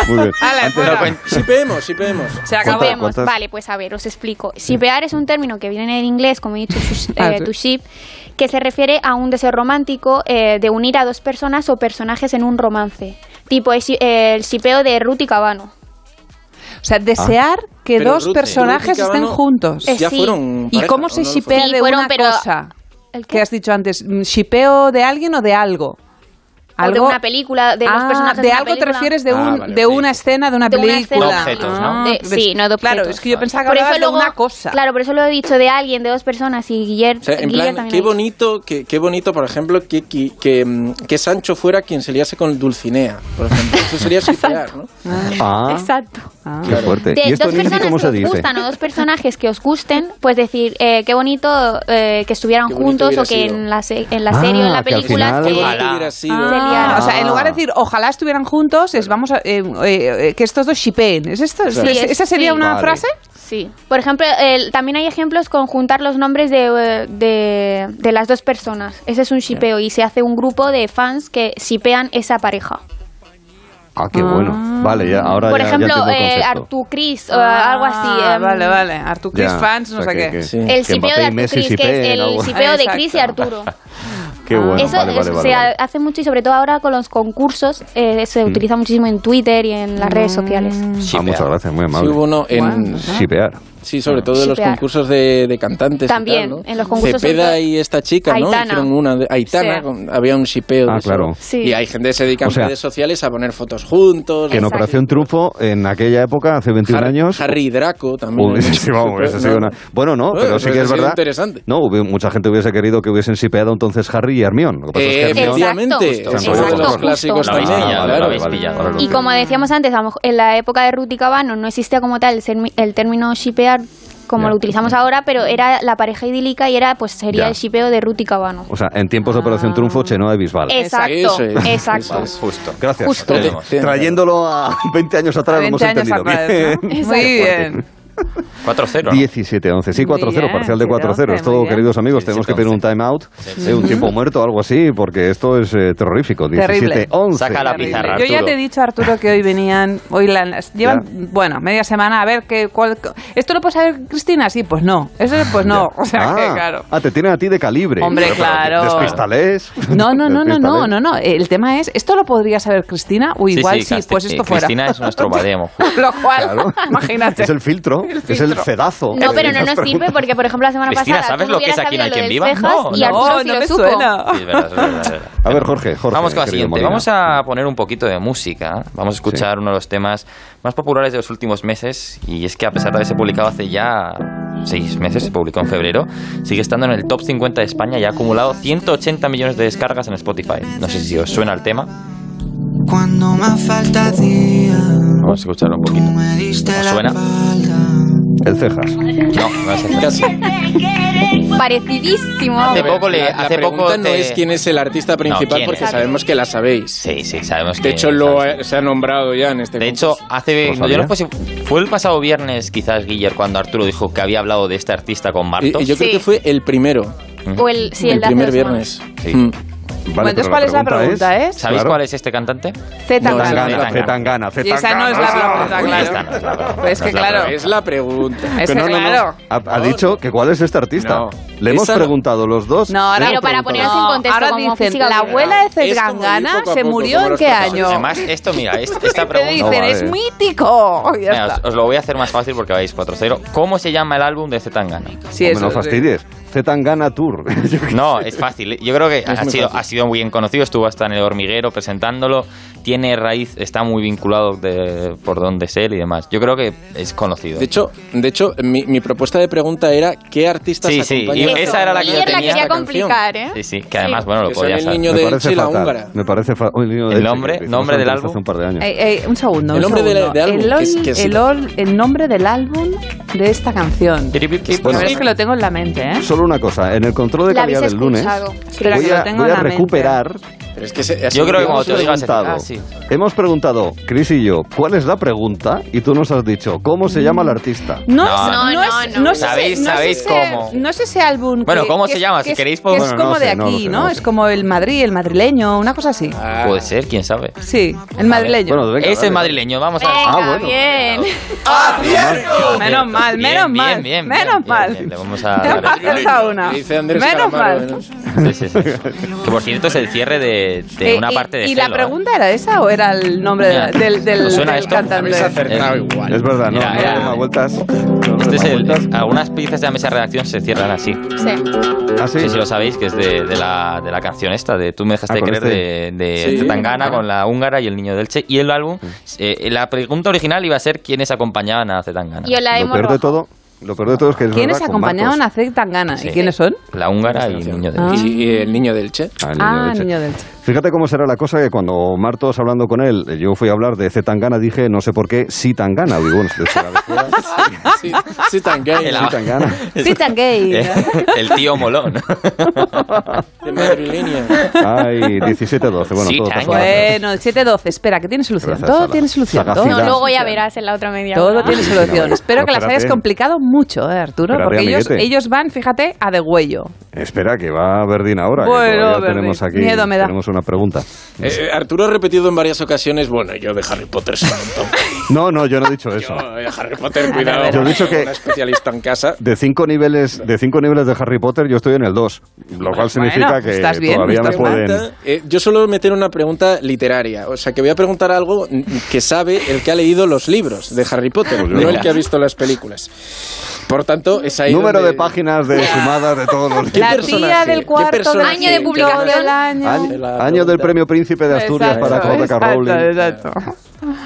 S7: Muy bien.
S10: Ala,
S7: Antes
S10: fuera.
S7: no cuen-
S5: pues- Shipeemos, shipeemos.
S10: Se
S6: acabó.
S10: ¿Cuántas- cuántas-
S6: Vale, pues a ver, os explico. Shipear es un término que viene en inglés, como he dicho, to-
S10: [laughs] Ah,
S6: eh,
S10: sí.
S6: to ship, que se refiere a un deseo romántico eh, de unir a dos personas o personajes en un romance. Tipo es, eh, el shipeo de Ruth y Cabano.
S10: O sea, desear que
S6: Pero
S10: dos
S6: Ruth-
S10: personajes
S6: Ruth y Cabano
S10: estén juntos.
S6: ya Sí. fueron
S10: Eh, ¿Y
S6: pareja,
S10: cómo
S6: ¿o
S10: se
S6: no lo
S10: shipea
S6: fueron?
S10: de
S6: Sí, fueron,
S10: una
S6: pero-
S10: cosa? ¿Qué has dicho antes? Mm, ¿Shipeo de alguien o de algo?
S6: O de una película, de los
S10: Ah,
S6: personajes
S10: de
S6: de una
S10: algo te
S6: película.
S10: refieres de, un, de una escena, de una
S6: De una
S10: película.
S6: escena. De objetos, ¿no? De-
S10: pues,
S6: sí, no de
S10: Claro,
S6: objetos.
S10: es que yo pensaba que
S6: Por
S10: hablabas
S6: eso
S10: de
S6: luego-
S10: una cosa.
S6: Claro, por eso lo he dicho de alguien, de dos personas y Guillermo.
S5: O sea, en plan, qué bonito, qué, qué bonito, por ejemplo, que, que, que, mm, que Sancho fuera quien se liase con Dulcinea, por ejemplo. Eso
S6: [laughs]
S5: sería shipear, ¿no?
S2: Ah,
S6: Exacto.
S2: qué fuerte.
S6: De
S2: ¿Y esto
S6: dos
S2: en hindi
S6: personas
S2: cómo
S6: que
S2: se
S6: os
S2: dice?
S6: gustan o dos personajes que os gusten, pues decir eh, qué bonito eh, que estuvieran
S10: Qué bonito
S6: juntos o
S10: hubiera
S6: que
S10: sido.
S6: en la, se- en la serie o en la película. se-
S10: Ah, o sea, en lugar de
S6: Ah.
S10: decir ojalá estuvieran juntos, es vamos a, eh, eh, eh, que estos dos shipeen. ¿Es esto? ¿Es-
S6: Sí,
S10: es-
S6: es-
S10: ¿Esa sería
S6: sí.
S10: una
S6: Vale.
S10: frase?
S6: Sí. Por ejemplo, el- también hay ejemplos con juntar los nombres de, eh, de, de las dos personas. Ese es un shipeo y se hace un grupo de fans que shipean esa pareja.
S2: Ah, qué bueno. Vale, ya, ahora
S6: Por
S2: ya- ya
S6: ejemplo,
S2: entiendo el
S6: eh,
S2: concepto.
S6: Artu Cris o
S10: Ah,
S6: algo así. em,
S10: vale, vale. Artu Cris
S2: Ya,
S10: fans, no
S2: o sea
S10: sé qué.
S2: que- que-
S6: El
S2: que
S6: shipeo
S2: Mbappé
S6: de
S2: y
S6: Artu
S2: Messi
S6: Cris, que es
S2: shipeen,
S6: el
S2: algo.
S6: shipeo de Cris y
S10: Exacto.
S6: Arturo.
S2: Qué bueno,
S6: eso
S2: vale,
S6: eso
S2: vale, vale. Ah, Mm.
S6: se ha- hace mucho y sobre todo ahora con los concursos eh, se utiliza muchísimo en Twitter y en las
S10: Mm.
S6: redes sociales.
S2: Ah, muchas gracias, muy amable.
S5: Sí, hubo Ah. uno en-
S2: Shipear.
S5: Sí, sobre todo de los
S6: Shipear.
S5: concursos de, de cantantes. y
S6: También,
S5: tal, ¿no?
S6: en los concursos
S5: Cepeda
S6: sobre-
S5: y esta chica, ¿no?
S6: Aitana.
S5: Hicieron una de- Aitana,
S6: Sí.
S5: con- había un shipeo.
S2: Ah,
S5: de eso.
S2: claro.
S6: Sí.
S5: Y hay gente que se dedica
S2: O sea,
S5: en redes sociales a poner fotos juntos.
S2: Que en Operación Triunfo, en aquella época, hace 21 años...
S5: Harry y Draco también.
S2: Uy, [laughs] sí, vamos, eso ha sido una- Bueno, no,
S5: No,
S2: pero sí
S5: pero
S2: que es
S5: ha sido
S2: verdad.
S5: interesante.
S2: No, hubi- mucha gente hubiese querido que hubiesen sipeado entonces Harry y Hermión. Lo que pasa es que
S5: Eh,
S2: Hermión-
S5: efectivamente,
S2: Se han
S5: exacto,
S2: roído
S5: justo.
S2: los
S5: clásicos
S2: Ah,
S5: también,
S2: vale,
S5: claro.
S2: vale, vale, vale, vale,
S6: Y
S2: vale.
S6: como decíamos antes, a lo mejor en la época de Ruth y Cabano no existía como tal el, sermi- el término shipear como
S2: Ya.
S6: lo utilizamos ahora, pero era la pareja idílica y era pues sería
S2: Ya.
S6: el shipeo de Ruth y Cabano.
S2: O sea, en tiempos de
S6: Ah.
S2: Operación Triunfo, Chenoa y Bisbal.
S6: Exacto, Eso es, [laughs] exacto. eso es.
S2: Justo. Gracias.
S6: Justo.
S2: Eh, Trayéndolo a [laughs] 20 años atrás,
S10: 20
S2: lo hemos
S10: años
S2: entendido.
S10: atrás,
S2: bien.
S7: [laughs]
S6: [laughs]
S10: ¿no? Muy bien.
S7: 4-0. ¿no?
S2: 17-11. Sí, 4-0,
S10: bien,
S2: parcial de 4-0.
S10: muy
S2: Esto,
S10: bien.
S2: queridos amigos, tenemos que pedir un time out, eh, un
S10: Ujú.
S2: tiempo muerto o algo así, porque esto es eh, terrorífico.
S10: Terrible.
S2: 17-11.
S10: Yo ya te he dicho, Arturo, que hoy venían. Hoy la- llevan, bueno, media semana. A ver, qué, cuál, ¿esto lo puede saber Cristina? Sí, pues no. Eso, pues no. [laughs] O sea,
S2: ah,
S10: que claro.
S2: ah, te tienen a ti de calibre.
S10: Hombre,
S2: Pero, pero,
S10: claro.
S2: Despistales.
S10: No,
S2: [laughs]
S10: no, no, no, no,
S2: Despistales.
S10: no, no. El tema es, ¿esto lo podría saber Cristina? O igual sí,
S7: Casti-
S10: pues
S7: eh,
S10: esto fuera.
S7: Cristina es nuestro bademo.
S10: [laughs] Lo cual,
S2: Claro.
S10: imagínate.
S2: Es el filtro, es el cedazo.
S6: No, pero no
S2: Esas
S6: nos sirve
S2: preguntas.
S6: porque, por ejemplo, la semana
S2: Cristina,
S6: pasada
S2: ¿sabes
S6: tú
S2: lo que es
S6: hubieras
S2: Aquí no hay
S6: sabido
S2: quien
S6: del
S2: viva?
S6: Cejas
S7: No,
S6: y
S7: no,
S6: Arturo sí
S10: no
S6: lo
S10: me
S6: supo.
S10: suena.
S7: Sí, es verdad, es verdad, es verdad.
S2: A ver, Jorge, Jorge.
S7: Vamos con la
S2: querido
S7: siguiente.
S2: Molina.
S7: Vamos a poner un poquito de música. Vamos a escuchar uno de los temas más populares de los últimos meses. Y es que a pesar de haberse publicado hace ya seis meses, se publicó en febrero, sigue estando en el top 50 de España y ha acumulado 180 millones de descargas en Spotify. No sé si os suena el tema.
S13: Cuando más falta día,
S7: Vamos a escucharlo un poquito.
S13: me diste
S7: ¿Os
S13: la
S7: suena?
S2: El cejas.
S7: No, no es el cejas.
S6: Parecidísimo.
S7: Hace poco le-
S5: La- la
S7: hace poco
S5: pregunta no
S7: te-
S5: es quién es el artista principal
S7: ¿quién?
S5: porque
S7: Exacto.
S5: sabemos que la sabéis.
S7: Sí, sí, sabemos
S5: de
S7: que-
S5: hecho, lo, ha- se ha nombrado ya en este
S7: De hecho, hace.
S5: Pues
S7: no, yo no
S5: sabía.
S7: sé si- fue el pasado viernes, quizás, Guiller, cuando Arturo dijo que había hablado de este artista con Martos.
S5: Y- y yo creo que fue el Mm. primero.
S6: O el, sí, el, de hace dos semanas.
S7: Sí.
S10: Bueno, entonces, pero la ¿cuál es la pregunta eh? pregunta, es? es-
S7: ¿Sabéis
S10: Claro.
S7: cuál es este cantante?
S10: Zetangana.
S7: Zetangana.
S2: Zetangana,
S10: Y esa no es
S2: Ah,
S10: la pregunta,
S7: Uy,
S10: claro.
S7: esta no es la pregunta.
S10: Pues que
S7: No es la
S10: claro.
S7: pregunta.
S5: Es la pregunta.
S10: Es que claro.
S2: Ah, Ha, ha dicho que cuál es este artista.
S5: No.
S2: Le hemos
S5: Esa no-
S2: preguntado los dos.
S10: No, ahora-
S2: le hemos
S10: Pero para
S2: preguntado-
S10: poneros en No, contexto ahora como dicen, física la cultural. abuela de
S7: Esto
S10: Zetangana
S7: me
S10: se
S7: poco a
S10: murió
S7: cómo
S10: en
S7: lo
S10: qué
S7: expresamos.
S10: año.
S7: Además, esto, mira,
S10: [laughs]
S7: es- esta
S10: Te
S7: pregunta...
S10: dicen, es mítico. Ya
S7: Venga,
S10: está.
S7: os, os lo voy a hacer más fácil porque vais 4-0. ¿Cómo se llama el álbum de Zetangana?
S10: Sí,
S2: Hombre, no fastidies. Zetangana Tour. [laughs]
S7: No, es fácil. Yo creo que
S2: Es
S7: ha
S2: muy
S7: sido,
S2: fácil.
S7: ha sido muy bien conocido. Estuvo hasta en el hormiguero presentándolo. Tiene raíz, está muy vinculado de, por dónde es él y demás. Yo creo que es conocido.
S5: De hecho, de hecho mi, mi propuesta de pregunta era ¿qué artistas
S7: Sí, sí,
S5: acompañan
S7: y esa era la que yo
S5: Ayer
S7: tenía.
S5: esta
S6: Quería
S5: canción?
S6: complicar, ¿eh?
S7: sí, sí, que además, bueno, lo
S5: Que sale
S7: podías
S5: el niño
S7: saber.
S5: de
S2: Me parece
S5: Elche y la
S2: fatal.
S5: húngara.
S2: Me parece fa- el, niño de
S7: ¿El
S2: Elche,
S7: nombre?
S2: que
S7: ¿Nombre
S2: hicimos
S7: del
S2: antes,
S7: álbum?
S2: Hace un par de años.
S10: Ey, ey, un segundo.
S5: El
S10: un
S5: nombre del-
S10: segundo.
S5: del
S10: El,
S5: álbum, que es-
S10: ol-
S5: que es-
S10: el ol- el nombre del álbum de esta canción.
S7: pues
S2: Bueno.
S10: Bueno, es que lo tengo en la mente, ¿eh?
S2: Solo una cosa, en el control de
S10: La
S2: calidad
S10: habéis
S2: del lunes
S10: escuchado. Espera,
S2: voy
S10: que lo
S2: a,
S10: tengo
S2: voy
S10: en
S2: a
S10: la mente.
S2: recuperar.
S5: Pero es que se- así
S7: Yo creo que
S5: digamos
S7: cuando te lo digas,
S2: preguntado-
S7: ah, sí.
S2: Hemos preguntado, Chris y yo, ¿cuál es la pregunta? Y tú nos has dicho, ¿cómo se llama el artista?
S10: No, no, no, es- no, sé-
S7: Sabéis-
S10: no sé
S7: sabéis
S10: ese-
S7: cómo.
S10: No sé ese álbum.
S7: Bueno,
S10: que-
S7: ¿cómo
S10: que
S7: se
S10: es-
S7: llama? Si
S10: que es-
S7: queréis puedo-
S10: que es
S7: Bueno, no
S10: como
S7: sé,
S10: de
S7: no lo
S10: aquí,
S7: sé, Ah.
S10: ¿no?
S7: no lo
S10: Es como el Madrid, el madrileño, una cosa así.
S5: Ah,
S7: Puede ser, quién sabe.
S10: Sí, el madrileño.
S7: es el madrileño, vamos a ver.
S6: Venga, bien.
S10: Menos mal,
S7: Bien,
S10: menos
S7: bien,
S10: mal.
S7: bien, bien,
S10: menos mal.
S7: Le vamos
S10: Te
S7: a
S10: hemos acertado Ah, una.
S5: Dice Andrés
S10: Menos
S5: Calamaro,
S10: mal.
S7: Sí, sí,
S10: [laughs]
S7: sí. Que por cierto es el cierre de, de
S10: Eh,
S7: una
S10: y-
S7: parte de
S10: ¿Y la
S7: Hello, ¿eh?
S10: pregunta era esa o era el nombre de-
S7: Mira,
S10: del, del,
S7: ¿os suena
S10: del
S7: esto?
S10: cantante?
S7: igual.
S2: Es verdad, no,
S7: Mira,
S2: no
S7: era-
S2: le demos vueltas.
S7: Este es el, algunas piezas de la mesa de redacción se cierran así.
S2: ¿Ah, sí?
S7: Sí, sí, lo sabéis, que es de, de la, de la canción esta, de Tú me dejaste
S2: Ah, con
S7: creer,
S2: este.
S7: de, de
S2: Sí.
S7: Zetangana con la húngara y el niño del Che. Y el álbum, eh, la pregunta original iba a ser quiénes acompañaban a Zetangana.
S6: Yo la
S2: Lo
S6: hemos
S2: peor de
S6: roto.
S2: todo, lo peor de todo es que es
S10: ¿Quiénes
S2: verdad, con
S10: acompañaban
S2: Marcos.
S10: a Zek Tangana?
S7: Sí.
S10: ¿Y quiénes son?
S7: La húngara y el niño del
S10: Ah.
S7: Che.
S5: Y, y el niño del Che.
S2: Ah, el niño
S10: Ah,
S2: de Elche.
S10: niño del Che.
S2: Fíjate cómo será la cosa que cuando Martos hablando con él, eh, yo fui a hablar de Zetangana, dije no sé por qué, sí Tangana. Digo, bueno, será-
S5: Sí, sí, tan
S7: [laughs]
S5: gay.
S7: El-
S2: sí Tangana.
S10: Ah. Sí, tan gay.
S7: [laughs] El tío
S2: [laughs]
S7: molón.
S5: De madrileño.
S2: Ay, 17-12. Bueno, pues
S7: Sí,
S2: todo
S7: Tangana.
S2: pasa por hacer.
S10: Bueno, el 7-12. Espera, que tiene solución.
S2: Gracias,
S10: Todo
S2: Sara.
S10: tiene solución. Todo,
S2: Sagacidad.
S6: No, luego ya verás en la otra media
S10: todo
S6: hora.
S10: tiene solución.
S2: No,
S10: Espero que las
S2: espérate.
S10: hayas complicado mucho, eh, Arturo,
S2: Espérate,
S10: porque ellos,
S2: amiguete.
S10: ellos van, fíjate, a degüello.
S2: Espera, que va Verdín ahora. que
S10: Bueno,
S2: todavía
S10: Verdín,
S2: tenemos aquí
S10: miedo me da.
S2: tenemos una pregunta.
S5: Eh, eh, Arturo ha repetido en varias ocasiones, bueno, yo de Harry Potter sé un montón.
S2: No, no, [laughs] yo no he dicho eso.
S5: Yo de Harry Potter, cuidado.
S2: Yo he dicho que-
S5: Una especialista en casa.
S2: De cinco niveles de cinco niveles de Harry Potter, yo estoy en el 2, lo cual significa
S10: pues
S2: que
S10: estás bien,
S2: todavía me
S10: estás
S2: pueden.
S5: Pregunta, eh, yo suelo meter una pregunta literaria. O sea, que voy a preguntar algo que sabe el que ha leído los libros de Harry Potter,
S2: Pues yo.
S5: no el que ha visto las películas. Por tanto, es ahí
S2: Número
S5: donde-
S2: de páginas de sumadas de
S10: [laughs]
S2: todos los
S10: La
S2: libros.
S10: tía
S5: personaje?
S10: del
S5: ¿Qué
S10: cuarto del
S5: personaje?
S6: Año de publicación.
S10: año.
S2: Año, año del premio Príncipe de Asturias
S10: Exacto,
S2: para J.K.
S10: exacto,
S2: Rowling.
S10: exacto.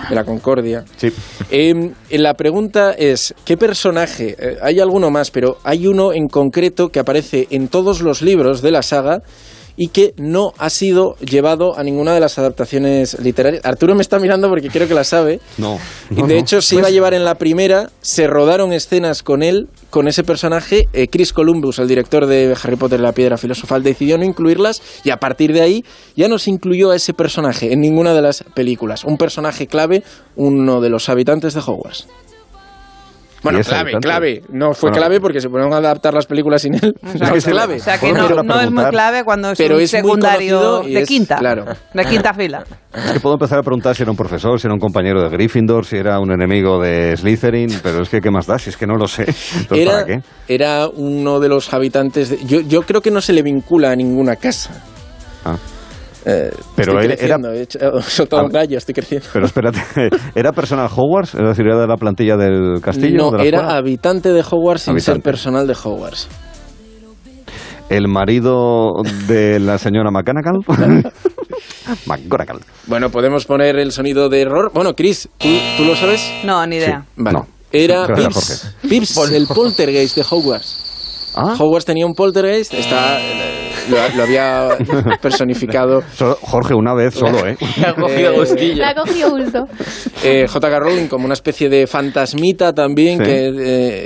S5: de la Concordia.
S2: Sí.
S5: Eh, la pregunta es, ¿qué personaje? Eh, hay alguno más, pero hay uno en concreto que aparece en todos los libros de la saga y que no ha sido llevado a ninguna de las adaptaciones literarias. Arturo me está mirando porque creo que la sabe.
S2: No.
S5: Y de hecho se
S2: Pues-
S5: iba a llevar en la primera, se rodaron escenas con él, con ese personaje. Eh, Chris Columbus, el director de Harry Potter y la piedra filosofal, decidió no incluirlas y a partir de ahí ya no se incluyó a ese personaje en ninguna de las películas. Un personaje clave, uno de los habitantes de Hogwarts. Bueno,
S2: ¿Y ese
S5: clave,
S2: habitante? Ah.
S5: clave. No fue
S2: Bueno.
S5: clave porque se ponieron a adaptar las películas sin él. [laughs] No es clave.
S10: O sea que
S2: ¿Puedo
S10: no,
S2: empezar
S10: no
S2: a
S10: es muy
S2: preguntar?
S10: clave cuando es
S5: Pero
S10: un
S5: es muy
S10: secundario
S5: conocido y
S10: de
S5: es-
S10: quinta.
S5: claro.
S10: De quinta fila.
S2: Es que puedo empezar a preguntar si era un profesor, si era un compañero de Gryffindor, si era un enemigo de Slytherin, pero es que ¿qué más da? Si es que no lo sé. Entonces, ¿para
S5: Era,
S2: qué?
S5: era uno de los habitantes de... Yo, yo creo que no se le vincula a ninguna casa.
S2: Ah.
S5: Eh,
S2: Pero
S5: estoy
S2: era- Ah.
S5: creciendo, he hecho- [laughs] he soltado un gallo, estoy creciendo.
S2: Pero espérate, [laughs] ¿era personal Hogwarts? Es decir, ¿era de la plantilla del castillo?
S5: no,
S2: de la
S5: era
S2: escuela?
S5: habitante de Hogwarts sin
S2: Habitante.
S5: ser personal de Hogwarts.
S2: ¿El marido de la señora
S5: [laughs]
S2: McGonagall? McGonagall.
S5: Bueno, podemos poner el sonido de error. Bueno, Chris, ¿tú, tú lo sabes?
S10: No, ni idea.
S5: Vale.
S2: No.
S5: Era
S2: Gracias,
S5: Pips, Pips, el poltergeist de Hogwarts.
S2: Ah,
S5: Hogwarts tenía un poltergeist, está eh, lo, lo había
S2: [laughs]
S5: personificado.
S2: Jorge, una vez solo, ¿eh?
S5: [laughs] ha cogido
S6: Me
S5: gustillo.
S6: ha cogido gusto.
S5: Eh, J.K. Rowling como una especie de fantasmita también,
S2: Sí.
S5: que,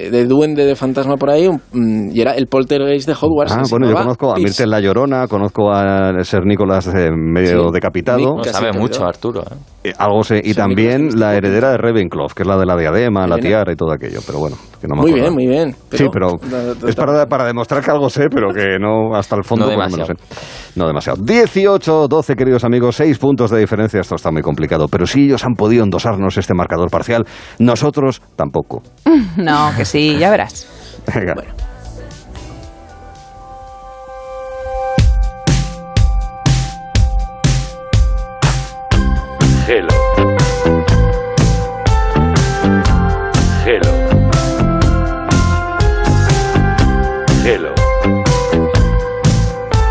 S5: eh, de duende de fantasma por ahí, mm, y era el poltergeist de [laughs] Hogwarts.
S2: Ah,
S5: que se
S2: bueno, yo
S5: llamaba
S2: conozco a
S5: Pips.
S2: Mirtel La Llorona, conozco a Ser Nicolás eh, medio
S5: Sí.
S2: decapitado.
S5: Nick casi Sabe mucho, decapitado.
S7: Arturo.
S2: Eh, algo sé. Y
S5: este
S2: también la heredera de Ravenclaw, que es la de la diadema, la
S5: Elena.
S2: tiara y todo aquello. Pero bueno, que no me
S5: Muy
S2: acuerdo.
S5: bien, muy bien.
S2: sí,
S5: [laughs]
S2: pero es para, para demostrar que algo sé, pero que no hasta el fondo
S7: No
S2: pues, me lo
S7: demasiado.
S2: sé. No demasiado. 18, 12, queridos amigos, 6 puntos de diferencia. Esto está muy complicado. Pero si ellos han podido endosarnos este marcador parcial, nosotros tampoco.
S10: No, que sí, ya verás.
S2: Venga.
S14: Hello. Hello. Hello.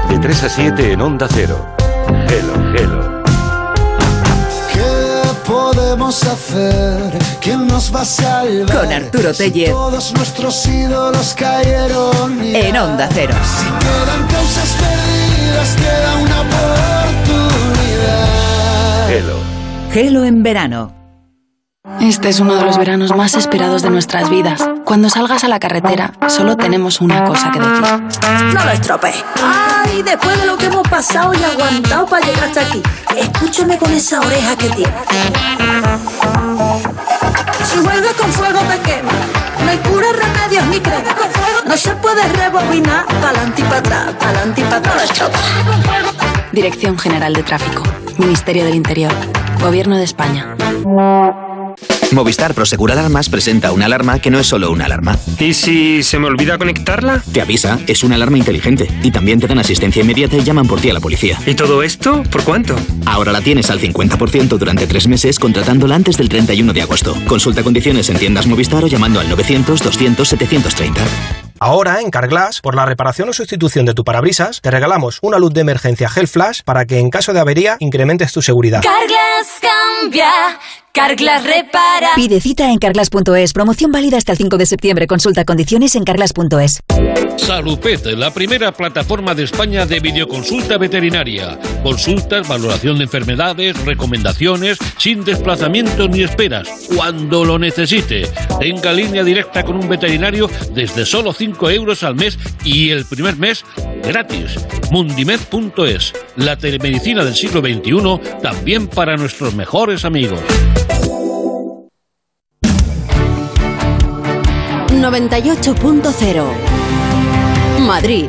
S14: De 3 a 7 en Onda Cero. Hello, hello.
S13: ¿Qué podemos hacer? ¿Quién nos va a salvar?
S1: Con Arturo
S13: Si
S1: Tellez.
S13: todos nuestros ídolos cayeron. y
S1: En Onda Cero.
S13: Quedan causas perdidas, queda una oportunidad.
S14: Hello.
S1: Gelo en verano.
S15: Este es uno de los veranos más esperados de nuestras vidas. Cuando salgas a la carretera, solo tenemos una cosa que decir.
S16: No lo estropees. Ay, después de lo que hemos pasado y aguantado para llegar hasta aquí, escúchame con esa oreja que tiene. Si vuelves con fuego te quema. No hay cura, remedios ni crema. No se puede rebobinar pa'lante y para atrás, pa'lante y para atrás. No lo estropees.
S15: Dirección General de Tráfico, Ministerio del Interior, Gobierno de España.
S17: Movistar Prosegura Alarmas presenta una alarma que no es solo una alarma. ¿Y si se me olvida conectarla? Te avisa, es una alarma inteligente y también te dan asistencia inmediata y llaman por ti a la policía. ¿Y todo esto? ¿Por cuánto? Ahora la tienes al 50% durante tres meses contratándola antes del 31 de agosto. Consulta condiciones en tiendas Movistar o llamando al 900-200-730.
S18: Ahora en Carglass, por la reparación o sustitución de tu parabrisas, te regalamos una luz de emergencia Hell Flash para que en caso de avería incrementes tu seguridad.
S19: Carglas cambia, Carglas repara.
S20: Pide cita en carglass.es. Promoción válida hasta el 5 de septiembre. Consulta condiciones en carglass.es.
S21: Salupet, la primera plataforma de España de videoconsulta veterinaria. Consultas, valoración de enfermedades, recomendaciones, sin desplazamientos ni esperas, cuando lo necesite. Tenga línea directa con un veterinario desde solo 5 euros al mes y el primer mes gratis. Mundimed.es, la telemedicina del siglo XXI, también para nuestros mejores amigos.
S22: 98.0 Madrid.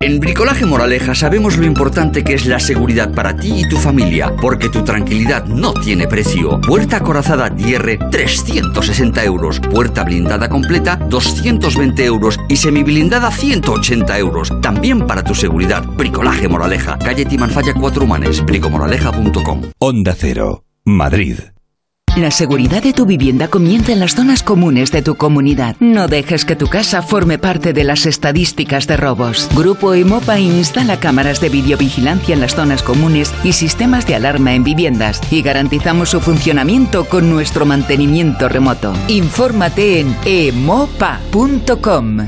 S23: En Bricolaje Moraleja sabemos lo importante que es la seguridad para ti y tu familia, porque tu tranquilidad no tiene precio. Puerta acorazada tierre 360 euros, puerta blindada completa 220 euros y semiblindada 180 euros. También para tu seguridad, Bricolaje Moraleja, calle Timanfaya 4 Humanes, bricomoraleja.com.
S24: Onda Cero, Madrid.
S25: La seguridad de tu vivienda comienza en las zonas comunes de tu comunidad. No dejes que tu casa forme parte de las estadísticas de robos. Grupo Emopa instala cámaras de videovigilancia en las zonas comunes y sistemas de alarma en viviendas y garantizamos su funcionamiento con nuestro mantenimiento remoto. Infórmate en emopa.com.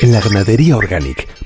S26: En la ganadería Organic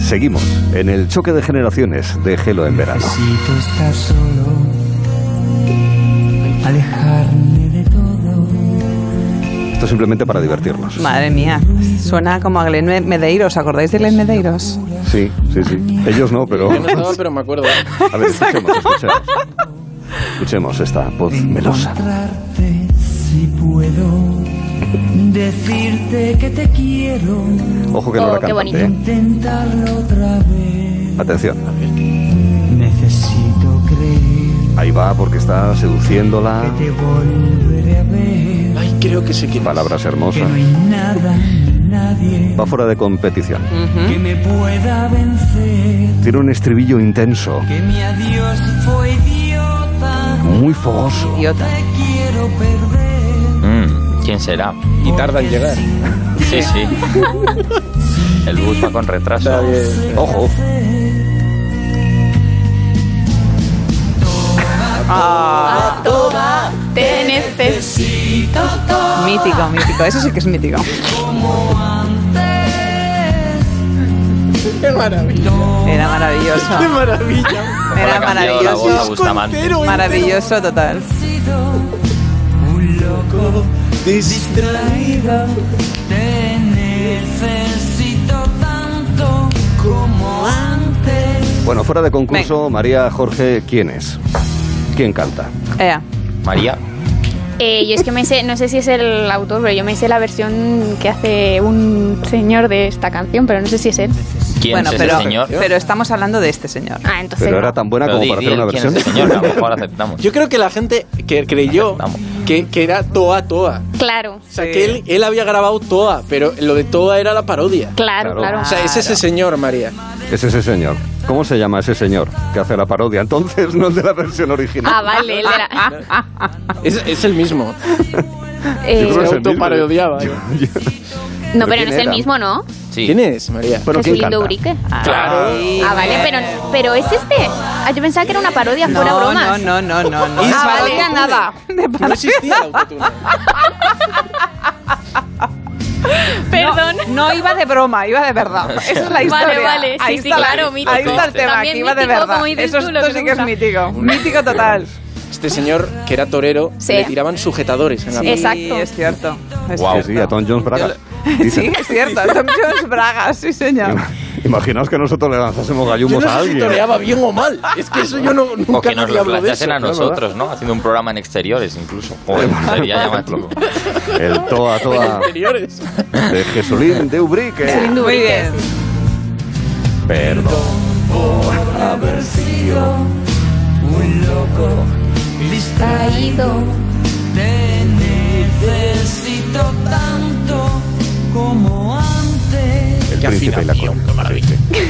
S2: seguimos en el choque de generaciones de Gelo en verano.
S13: Necesito estar solo, alejarme de todo.
S2: Esto simplemente para divertirnos.
S10: Madre mía, suena como a Glenn Me- Medeiros. ¿Acordáis de Glenn Medeiros?
S2: Sí, sí, sí. Ellos no, pero.
S5: Yo no estaba, pero me acuerdo.
S2: A ver, escuchemos, escuchemos. Escuchemos esta voz melosa.
S13: Encontrarte si puedo. Decirte que te quiero.
S2: Ojo que no
S3: Oh,
S2: era
S13: qué
S2: cantante, ¿eh?
S13: bonito. Intentarlo otra vez.
S2: Atención.
S13: Necesito creer
S2: Ahí va porque está seduciéndola.
S13: que te volveré a ver.
S5: Ay, creo que sé quién.
S2: Palabras hermosas.
S13: No hay nada ni nadie
S2: Va fuera de competición.
S13: que me pueda vencer.
S2: Tiene un estribillo intenso,
S13: Que mi adiós fue idiota.
S2: muy fogoso.
S10: Idiota.
S13: Te quiero perder.
S7: Mm, ¿Quién será?
S5: Y tarda en llegar.
S7: Sí, sí. El bus va con retraso.
S2: Ojo.
S16: Toda te necesito todo.
S10: Mítico, mítico. Eso sí que es mítico.
S5: Qué maravilla.
S10: Era maravilloso.
S6: [laughs]
S5: Qué maravilla.
S10: Era
S7: Ha cambiado la voz a
S10: maravilloso.
S7: Bustamante.
S5: este.
S10: Maravilloso total.
S13: Un loco distraído. Te necesito tanto como antes.
S2: Bueno, fuera de concurso, María Jorge, ¿quién es? ¿Quién canta?
S3: Pues
S7: María.
S3: Eh, yo es que me sé, no sé si es el autor, pero yo me sé la versión que hace un señor de esta canción, pero no sé si es él.
S7: ¿Quién
S10: bueno,
S7: es ese
S10: pero,
S7: señor?
S10: pero estamos hablando de este señor.
S3: Ah, entonces.
S2: Pero
S3: no.
S2: era tan buena
S7: Pero
S2: como
S7: di-
S2: para
S7: di
S2: hacer una
S7: el quién es
S2: versión.
S7: el señor, a lo mejor aceptamos.
S5: Yo creo que la gente
S3: [laughs]
S5: que creyó que, que era Toa Toa.
S3: Claro.
S5: O sea, que él, él había grabado Toa, pero lo de Toa era la parodia.
S3: Claro, Claro. claro.
S5: O sea, es ese señor, María.
S2: [laughs] Es ese señor. ¿Cómo se llama ese señor que hace la parodia? Entonces, no el de la versión original.
S3: Ah, vale, él era.
S5: Es, es el mismo.
S3: Eh,
S5: Yo creo que se
S2: el mismo.
S5: autoparodiaba.
S2: [laughs]
S3: no, pero no
S5: ¿quién
S3: es el
S5: era?
S3: mismo, ¿no?
S5: ¿Quién es, María?
S3: Jesulindo Urique.
S5: Claro.
S3: Ah, vale, pero, pero es este. Ah, yo pensaba que era una parodia,
S10: No,
S3: fuera broma.
S10: no, no, no, no, no.
S3: Ah, vale, nada.
S5: No existía el autotune.
S10: Perdón. No, no iba de broma, iba de [laughs] verdad. Esa es la
S3: Vale,
S10: historia.
S3: vale, sí,
S10: ahí
S3: sí,
S10: está la-
S3: claro, mítico.
S10: Ahí está el tema,
S3: También
S10: que iba de
S3: mítico,
S10: verdad.
S3: como dices
S10: Eso
S3: tú, lo
S10: esto
S3: que
S10: sí
S3: me
S10: que es
S3: gusta.
S10: mítico. Mítico total.
S5: Este señor, que era torero,
S10: Sí.
S5: le tiraban sujetadores en la
S10: Sí,
S5: mano.
S10: es cierto. es
S2: Guau,
S10: cierto.
S2: sí, a Tom Jones Bragas.
S10: Sí, es cierto. Tom Jones Bragas, sí,
S2: [laughs]
S10: señor.
S2: Imaginaos que nosotros le lanzásemos
S5: Yo
S2: gallumos
S5: no
S2: a
S5: sé si
S2: alguien.
S5: toreaba bien o mal. Es que eso yo no, nunca
S7: O que nos
S5: nadie
S7: lo
S5: habló de eso.
S7: planteasen a
S5: claro, ¿verdad?
S7: nosotros, ¿no? Haciendo un programa en exteriores incluso. Joder,
S2: [laughs]
S7: sería llamativo.
S2: El
S7: [laughs]
S2: toa toa
S5: Interiores.
S2: de Jesulín de Ubrique.
S10: Muy bien.
S2: Perdón.
S13: haber sido un loco distraído. Te necesito tanto como antes.
S2: El príncipe y la corona.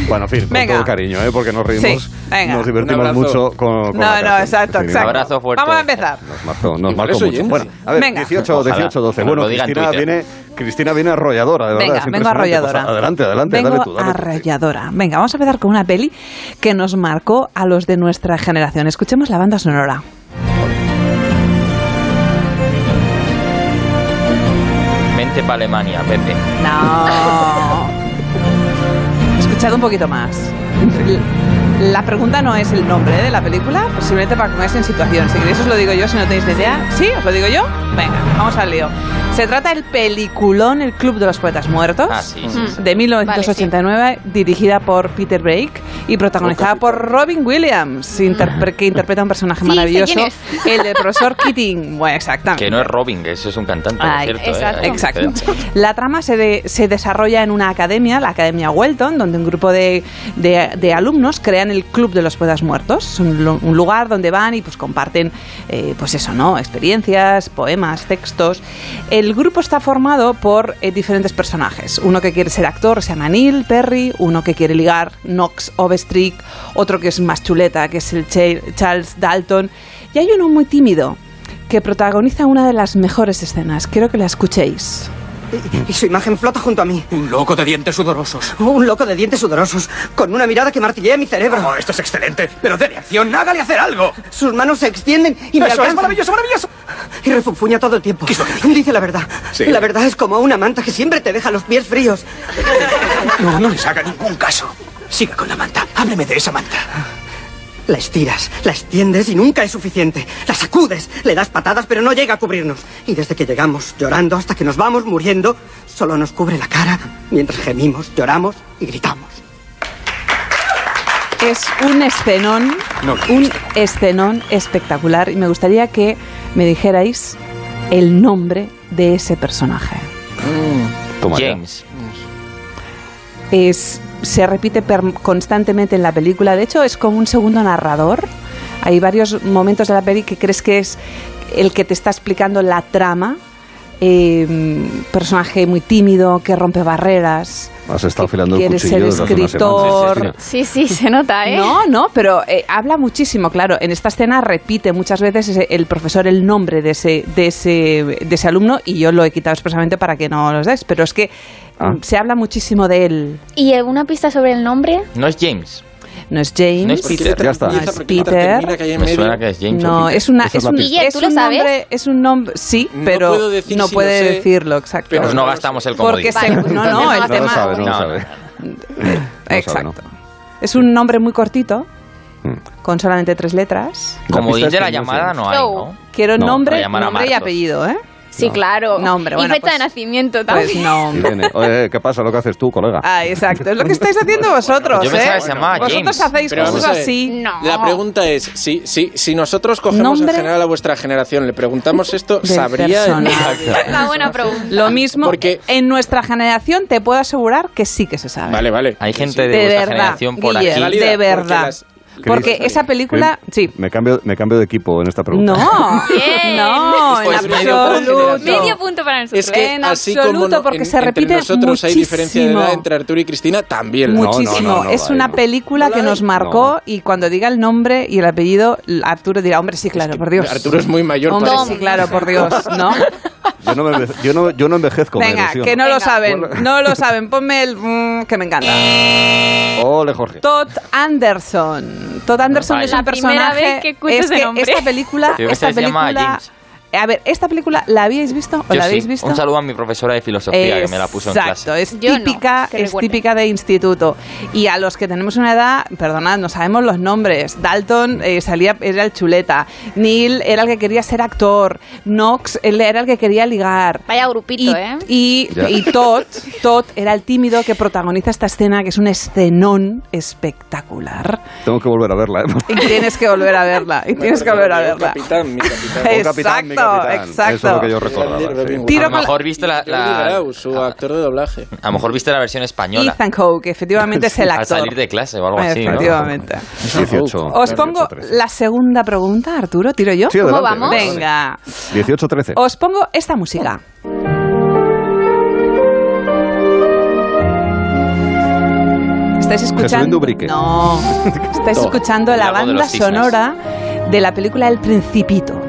S2: Bueno, en fin, con
S10: Venga.
S2: todo cariño, ¿eh? porque nos reímos,
S10: Sí, venga.
S2: nos
S10: Un
S2: divertimos
S10: abrazo.
S2: mucho con, con la
S10: No, no,
S2: canción.
S10: exacto,
S2: Sí,
S10: exacto.
S2: abrazo fuerte.
S10: Vamos a empezar.
S2: Nos marcó, nos
S5: Igual
S2: marcó
S5: es
S2: mucho.
S5: oyente.
S2: Bueno, a ver,
S10: Venga.
S2: 18,
S7: Ojalá.
S2: 18, 12.
S7: Que nos
S2: Bueno,
S7: lo diga en
S2: Cristina
S7: Twitter.
S2: viene, Cristina viene arrolladora, de verdad.
S10: Venga,
S2: es
S10: vengo
S2: impresionante.
S10: arrolladora.
S2: Pues adelante, adelante,
S10: vengo
S2: dale tú, dale tú.
S10: arrolladora. Venga, vamos a empezar con una peli que nos marcó a los de nuestra generación. Escuchemos la banda sonora.
S7: Mente para Alemania, Pepe.
S10: No. Escuchad un poquito más. La pregunta no es el nombre de la película, posiblemente para que pongáis en situación. Si queréis os lo digo yo, si no tenéis ni idea. ¿Sí? ¿Os lo digo yo? Venga, vamos al lío. Se trata del peliculón El Club de los Poetas Muertos,
S7: Ah, sí,
S3: Mm.
S7: sí, sí.
S10: de 1989, dirigida por Peter Brake y protagonizada por Robin Williams, interpre- que interpreta a un personaje
S3: Mm. Sí, sé
S10: maravilloso,
S3: quién es.
S10: el del profesor Keating. Bueno, exactamente.
S7: Que no es Robin, que eso es un cantante, por
S10: Ay,
S7: cierto. ¿eh?
S10: exacto.
S7: Hay que
S10: Exacto.
S7: diferenciar.
S10: La trama se, de- se desarrolla en una academia, la Academia Welton, donde un grupo de, de- de alumnos crean el Club de los Poetas Muertos. Es un, lu- un lugar donde van y pues comparten, eh, pues eso, ¿no? Experiencias, poemas, textos. El grupo está formado por eh, diferentes personajes. Uno que quiere ser actor se llama Neil Perry, uno que quiere ligar Knox Overstreet, otro que es más chuleta, que es el Che- Charles Dalton. Y hay uno muy tímido, que protagoniza una de las mejores escenas. Quiero que la escuchéis.
S4: y su imagen flota junto a mí.
S6: Un loco de dientes sudorosos.
S4: Un loco de dientes sudorosos, con una mirada que martillea mi cerebro.
S6: Oh, esto es excelente. Pero de acción, hágale hacer algo.
S4: Sus manos se extienden y me
S6: Eso es
S4: alcanzan.
S6: maravilloso, maravilloso.
S4: Y refunfuña todo el tiempo. Dice la verdad.
S6: Sí.
S4: La verdad es como una manta que siempre te deja los pies fríos.
S6: No, no les haga ningún caso. Siga con la manta. Hábleme de esa manta.
S4: La estiras, la extiendes y nunca es suficiente. La sacudes, le das patadas, pero no llega a cubrirnos. Y desde que llegamos llorando hasta que nos vamos muriendo, solo nos cubre la cara mientras gemimos, lloramos y gritamos.
S10: Es un escenón,
S4: No, no,
S10: un escenón espectacular y me gustaría que me dijerais el nombre de ese personaje.
S2: Toma ya.
S7: James.
S10: Es, se repite per- constantemente en la película, de hecho es como un segundo narrador. Hay varios momentos de la peli que crees que es el que te está explicando la trama. Eh, personaje muy tímido que rompe barreras.
S2: Has estado afilando el
S10: Quieres
S2: cuchillo
S10: ser
S2: desde hace unas
S10: escritor.
S2: semanas.
S10: Sí, sí, se nota, ¿eh? No, no, pero eh, habla muchísimo, claro. En esta escena repite muchas veces ese- el profesor el nombre de ese, de, ese, de ese alumno y yo lo he quitado expresamente para que no los des, pero es que
S2: Ah.
S10: mm, se habla muchísimo de él.
S3: ¿Y alguna pista sobre el nombre?
S7: No es James.
S10: No es James.
S7: No es Peter.
S10: Ya está.
S7: No es Peter. Me suena que es James.
S10: No, es una. Es un,
S3: pista. Guille,
S10: es
S3: ¿tú lo
S10: un
S3: sabes?
S10: nombre. Es un nombre. Sí, pero
S7: puedo decir
S10: no
S7: si
S10: puede
S7: lo sé,
S10: decirlo, exacto.
S7: Pero no gastamos el comodín.
S10: Porque se-
S3: pues
S10: no, no, el tema. Exacto. Es un nombre muy cortito,
S7: Hmm.
S10: con solamente tres letras.
S7: Como
S10: dice
S7: dice la llamada no hay, ¿no?
S10: Quiero
S7: No, para
S10: nombre,
S7: llamar a
S10: nombre y
S7: Marcos.
S10: apellido, ¿eh?
S3: Sí, claro.
S10: Nombre, bueno,
S3: y fecha
S10: pues-
S3: de nacimiento también.
S10: Pues no.
S2: Y viene, Oye, eh, ¿qué pasa? Lo que haces tú, colega.
S10: Ah, exacto. Es lo que estáis haciendo vosotros,
S2: Yo
S10: ¿eh?
S2: pensaba que se llamaba
S10: Vosotros
S2: James.
S10: hacéis
S5: Pero vamos
S10: cosas
S5: a ver,
S10: así.
S5: La pregunta es, si, si, si nosotros cogemos en general a vuestra generación, le preguntamos esto,
S10: Del
S5: ¿sabría?
S10: personaje.
S3: Una Ah, buena pregunta.
S10: Lo mismo, en nuestra generación te puedo asegurar que sí que se sabe.
S5: Vale, vale.
S7: Hay gente de,
S10: de
S7: vuestra
S10: verdad,
S7: generación por
S10: Guille,
S7: aquí.
S10: de verdad. Porque, esa película... Sí.
S2: Me cambio, me cambio de equipo en esta pregunta.
S10: No, no, en
S5: Pues medio
S10: absoluto.
S5: punto. Medio
S3: punto para
S5: Es que
S10: en
S5: así como
S10: absoluto,
S5: no-
S10: porque
S5: en-
S10: se repite
S5: entre nosotros hay diferencia de edad
S10: muchísimo.
S5: entre Arturo y Cristina también.
S10: Muchísimo. es una película que nos marcó y cuando diga el nombre y el apellido, Arturo dirá, hombre, sí, claro, por Dios.
S5: Arturo es muy mayor
S10: Hombre,
S5: para
S10: sí,
S5: eso.
S10: claro, por Dios, ¿no?
S2: [laughs] Yo no, me enveje- yo no- yo no envejezco. me
S10: Venga,
S2: ilusiono.
S10: que no lo saben, no lo saben. Ponme el... mm, que me encanta.
S3: Eh.
S2: Ole, Jorge.
S10: Todd Anderson. Todd Anderson
S7: Vaya.
S10: es un
S7: La
S10: personaje...
S3: primera vez que escucho
S10: es
S3: ese
S10: que
S3: nombre.
S10: esta película...
S7: Creo que
S10: esta
S7: se llama
S10: película-
S7: James.
S10: A ver, ¿esta película la habíais visto o
S7: Yo
S10: la
S7: sí.
S10: habéis visto?
S7: Un saludo a mi profesora de filosofía que me la puso en clase.
S10: Exacto, es típica,
S3: que
S10: es
S3: recuerde.
S10: típica de instituto. Y a los que tenemos una edad, perdonad, no sabemos los nombres. Dalton eh, salía, era el chuleta. Neil era el que quería ser actor. Knox él era el que quería ligar.
S3: Vaya grupito,
S10: y,
S3: ¿eh?
S10: y-
S3: Ya.
S10: y Todd, [laughs] Todd era el tímido que protagoniza esta escena, que es un escenón espectacular.
S2: Tengo que volver a verla. ¿eh? [laughs]
S10: Y tienes que volver a verla.
S5: [laughs]
S10: Y tienes que volver a verla.
S5: Capitán, mi capitán.
S7: [laughs]
S10: Exacto, Oh, capitán, mi capitán. exacto. Eso es lo que yo
S2: recordaba,
S10: Tiro
S7: a lo
S10: con la-
S7: mejor viste la, Ah, la-
S5: Jodie Garau, su actor de doblaje.
S7: a lo mejor viste la versión española.
S10: Ethan Hawke,
S7: [laughs]
S10: efectivamente es el
S7: Al
S10: actor.
S7: salir de clase o algo así, ¿no?
S10: Efectivamente.
S2: 18.
S10: Os pongo la segunda pregunta, Arturo. ¿Tiro yo?
S2: Sí,
S10: ¿Cómo
S2: adelante,
S10: vamos?
S2: adelante.
S10: Venga.
S2: 18, 13.
S10: Os pongo esta música. ¿Estáis
S2: Jesuín
S10: escuchando?
S2: Dubrique.
S10: No. Estáis
S2: Todo.
S10: escuchando la
S2: El lago de
S10: banda
S2: los cisnes.
S10: sonora de la película El Principito,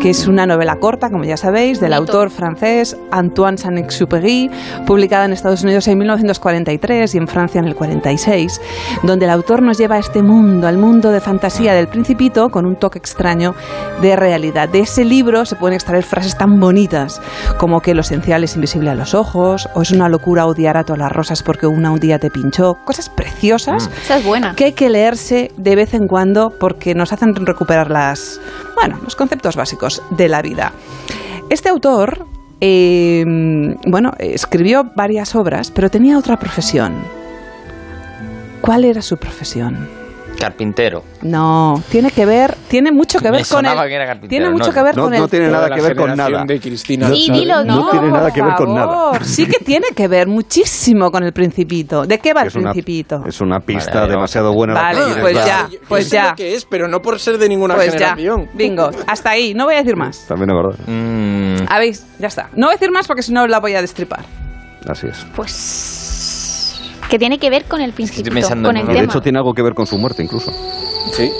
S10: que es una novela corta, como ya sabéis, del autor francés Antoine Saint-Exupéry, publicada en Estados Unidos en 1943 y en Francia en el 46, donde el autor nos lleva a este mundo, al mundo de fantasía del Principito, con un toque extraño de realidad. De ese libro se pueden extraer frases tan bonitas como que lo esencial es invisible a los ojos, o es una locura odiar a todas las rosas porque una un día te pinchó, cosas
S7: Mm.
S10: preciosas
S3: Esa es
S6: Ah.
S3: buena.
S10: que hay que leerse de vez en cuando porque nos hacen recuperar las, bueno, los conceptos básicos de la vida. Este autor, eh, bueno, escribió varias obras, pero tenía otra profesión. ¿Cuál era su profesión?
S7: Carpintero.
S10: No, tiene que ver, tiene mucho que
S7: Me
S10: ver con
S7: sonaba
S10: el,
S7: que era carpintero,
S10: tiene
S7: no,
S10: mucho
S7: no.
S10: que ver
S7: No,
S10: con
S7: no
S10: el-
S7: tiene
S5: Toda
S7: nada
S5: la
S7: que ver con
S5: generación
S7: nada.
S5: de Cristina.
S2: No Sí, sabe- dilo, no no. tiene nada
S10: por
S2: que ver con nada.
S10: favor, Sí que tiene que ver muchísimo con el principito. ¿De qué va el
S2: Es una-
S10: principito?
S2: Es una pista demasiado buena. la
S10: Vale,
S2: que tienes,
S10: pues
S2: claro.
S10: ya,
S5: Ah, Yo
S10: pues
S5: sé
S10: ya.
S5: lo que es, pero no por ser de ninguna
S10: Pues ya,
S5: generación.
S10: bingo. Hasta ahí, no voy a decir más.
S2: También es verdad.
S7: Mm,
S10: A ver, ya está. No voy a decir más porque si no la voy a destripar.
S2: Así es.
S3: Pues. Que tiene que ver con el principito, con el
S2: Y de
S3: tema.
S2: hecho tiene algo que ver con su muerte incluso.
S5: Sí.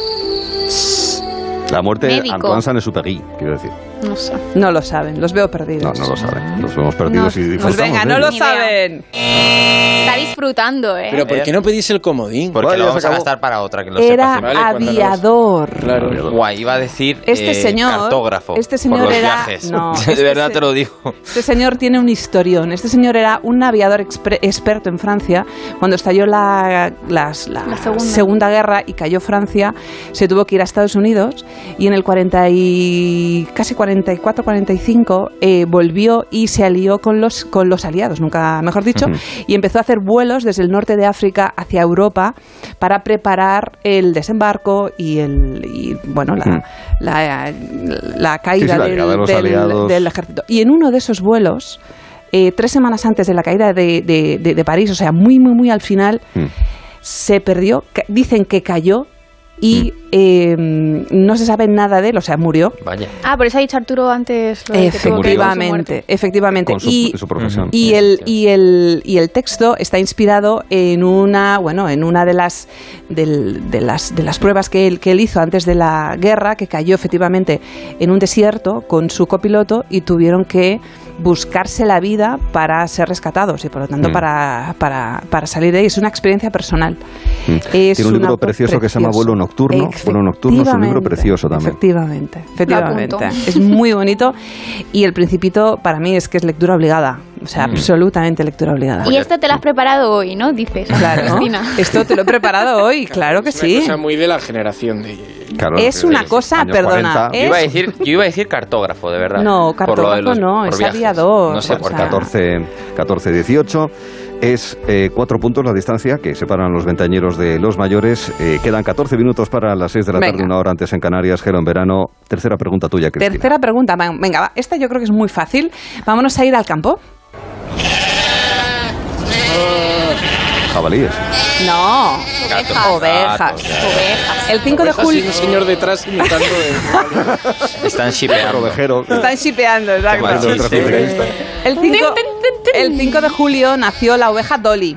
S2: La muerte de
S10: Médico.
S2: Antoine Saint-Exupéry, quiero decir.
S10: No sé. No lo saben, los veo
S2: No,
S10: perdidos.
S2: no lo saben. Nos vemos perdidos y
S10: Pues
S2: disfrutamos.
S10: venga, no
S2: de
S10: lo
S2: ello.
S10: saben.
S3: Está disfrutando, ¿eh?
S5: Pero ¿por qué no pedís el comodín?
S7: Porque
S5: Vale,
S7: lo
S5: ya
S7: vamos
S5: se
S7: a
S5: acabó.
S7: gastar para otra que lo
S10: Era
S7: sepas.
S10: aviador.
S7: Claro. Guay, iba a decir
S10: Este
S7: eh,
S10: señor-
S7: cartógrafo.
S10: este
S7: por
S10: señor
S7: los
S10: era-
S7: viajes.
S10: no,
S7: [laughs] de
S10: este
S7: verdad
S10: se-
S7: te lo digo.
S10: Este señor tiene un historión. Este señor era un aviador expre- experto en Francia. Cuando estalló la, las- la segunda. Guerra y cayó Francia, se tuvo que ir a Estados Unidos y en el 40 y casi 44, 45 eh, volvió y se alió con los con los aliados, nunca mejor dicho,
S1: Ujú.
S10: y empezó a hacer vuelos desde el norte de África hacia Europa para preparar el desembarco y el y, bueno la,
S2: Ujú.
S10: la, la caída
S2: Sí, sí, la
S10: del-
S2: llegada de los
S10: del-
S2: aliados.
S10: del ejército. Y en uno de esos vuelos, eh, tres semanas antes de la caída de, de- de- de París, o sea, muy, muy, muy al final,
S2: Mm.
S10: se perdió. Ca- Dicen que cayó y
S2: Mm.
S10: eh, no se sabe nada de él, o sea, murió.
S7: Vaya.
S3: Ah, por eso ha dicho Arturo antes lo de que tuvo que ir con su muerte.
S10: Efectivamente, efectivamente.
S2: Con su-
S10: y,
S2: su profesión.
S10: y el, y, el, y el texto está inspirado en una, bueno, en una de las, del- de las, de las pruebas que él, que él hizo antes de la guerra, que cayó efectivamente en un desierto con su copiloto y tuvieron que buscarse la vida para ser rescatados y por lo tanto
S2: Mm.
S10: para, para, para salir de ahí. Es una experiencia personal.
S2: Mm.
S10: Es
S2: Tiene un libro
S10: autor
S2: precioso, que se llama
S10: precioso.
S2: Vuelo Nocturno. Vuelo Nocturno es un libro
S10: Efectivamente.
S2: precioso también.
S10: Efectivamente, efectivamente.
S2: Lo apunto.
S10: Es muy bonito y el principito para mí es que es lectura obligada, o sea,
S2: Mm.
S10: absolutamente lectura obligada.
S3: Y esto te lo has preparado hoy, ¿no? Dices, Cristina.
S10: Esto te lo he preparado hoy, claro que
S5: Es una
S10: sí.
S5: cosa muy de la generación de...
S10: Es una cosa, perdona, ¿eh?
S7: Yo, iba a
S10: es-
S7: decir, yo iba a decir cartógrafo, de verdad.
S10: No,
S7: Por lo de
S10: cartógrafo
S7: los-
S10: no,
S7: por
S10: es
S7: viajes.
S10: aviador.
S7: No sé
S10: o
S7: por
S10: sea,
S7: qué.
S2: 14, 14, 18. Es eh, cuatro puntos la distancia que separan los ventañeros de los mayores. Eh, quedan 14 minutos para las 6 de la tarde,
S10: Venga.
S2: una hora antes en Canarias, Gelo en verano. Tercera pregunta tuya, Cristina.
S10: Tercera pregunta, va, venga, va, esta yo creo que es muy fácil. Vámonos a ir al campo.
S2: Jabalíes.
S10: No,
S2: Gatos,
S10: ovejas.
S2: gatos, gatos.
S10: Ovejas. El 5 de
S5: Ovejas y
S10: julio
S5: un señor detrás imitando...
S10: [laughs]
S7: Están shipeando.
S2: Ovejero.
S10: están shipeando, exacto. El 5, el 5 de julio nació la oveja Dolly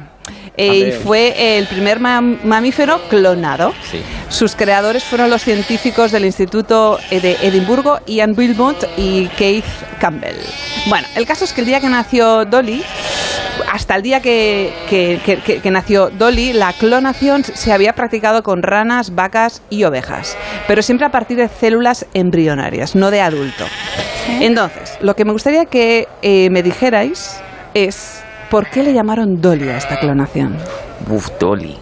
S10: eh, y
S7: Amén.
S10: fue el primer mam- mamífero clonado.
S7: Sí.
S10: Sus creadores fueron los científicos del Instituto eh, de Edimburgo, Ian Wilmot y Keith Campbell. Bueno, el caso es que el día que nació Dolly, hasta el día que, que- que- que- que nació Dolly, la clonación se había practicado con ranas, vacas y ovejas, pero siempre a partir de células embrionarias, no de adulto. Entonces, lo que me gustaría que eh, me dijerais es por qué le llamaron Dolly a esta clonación.
S7: Uf, Dolly.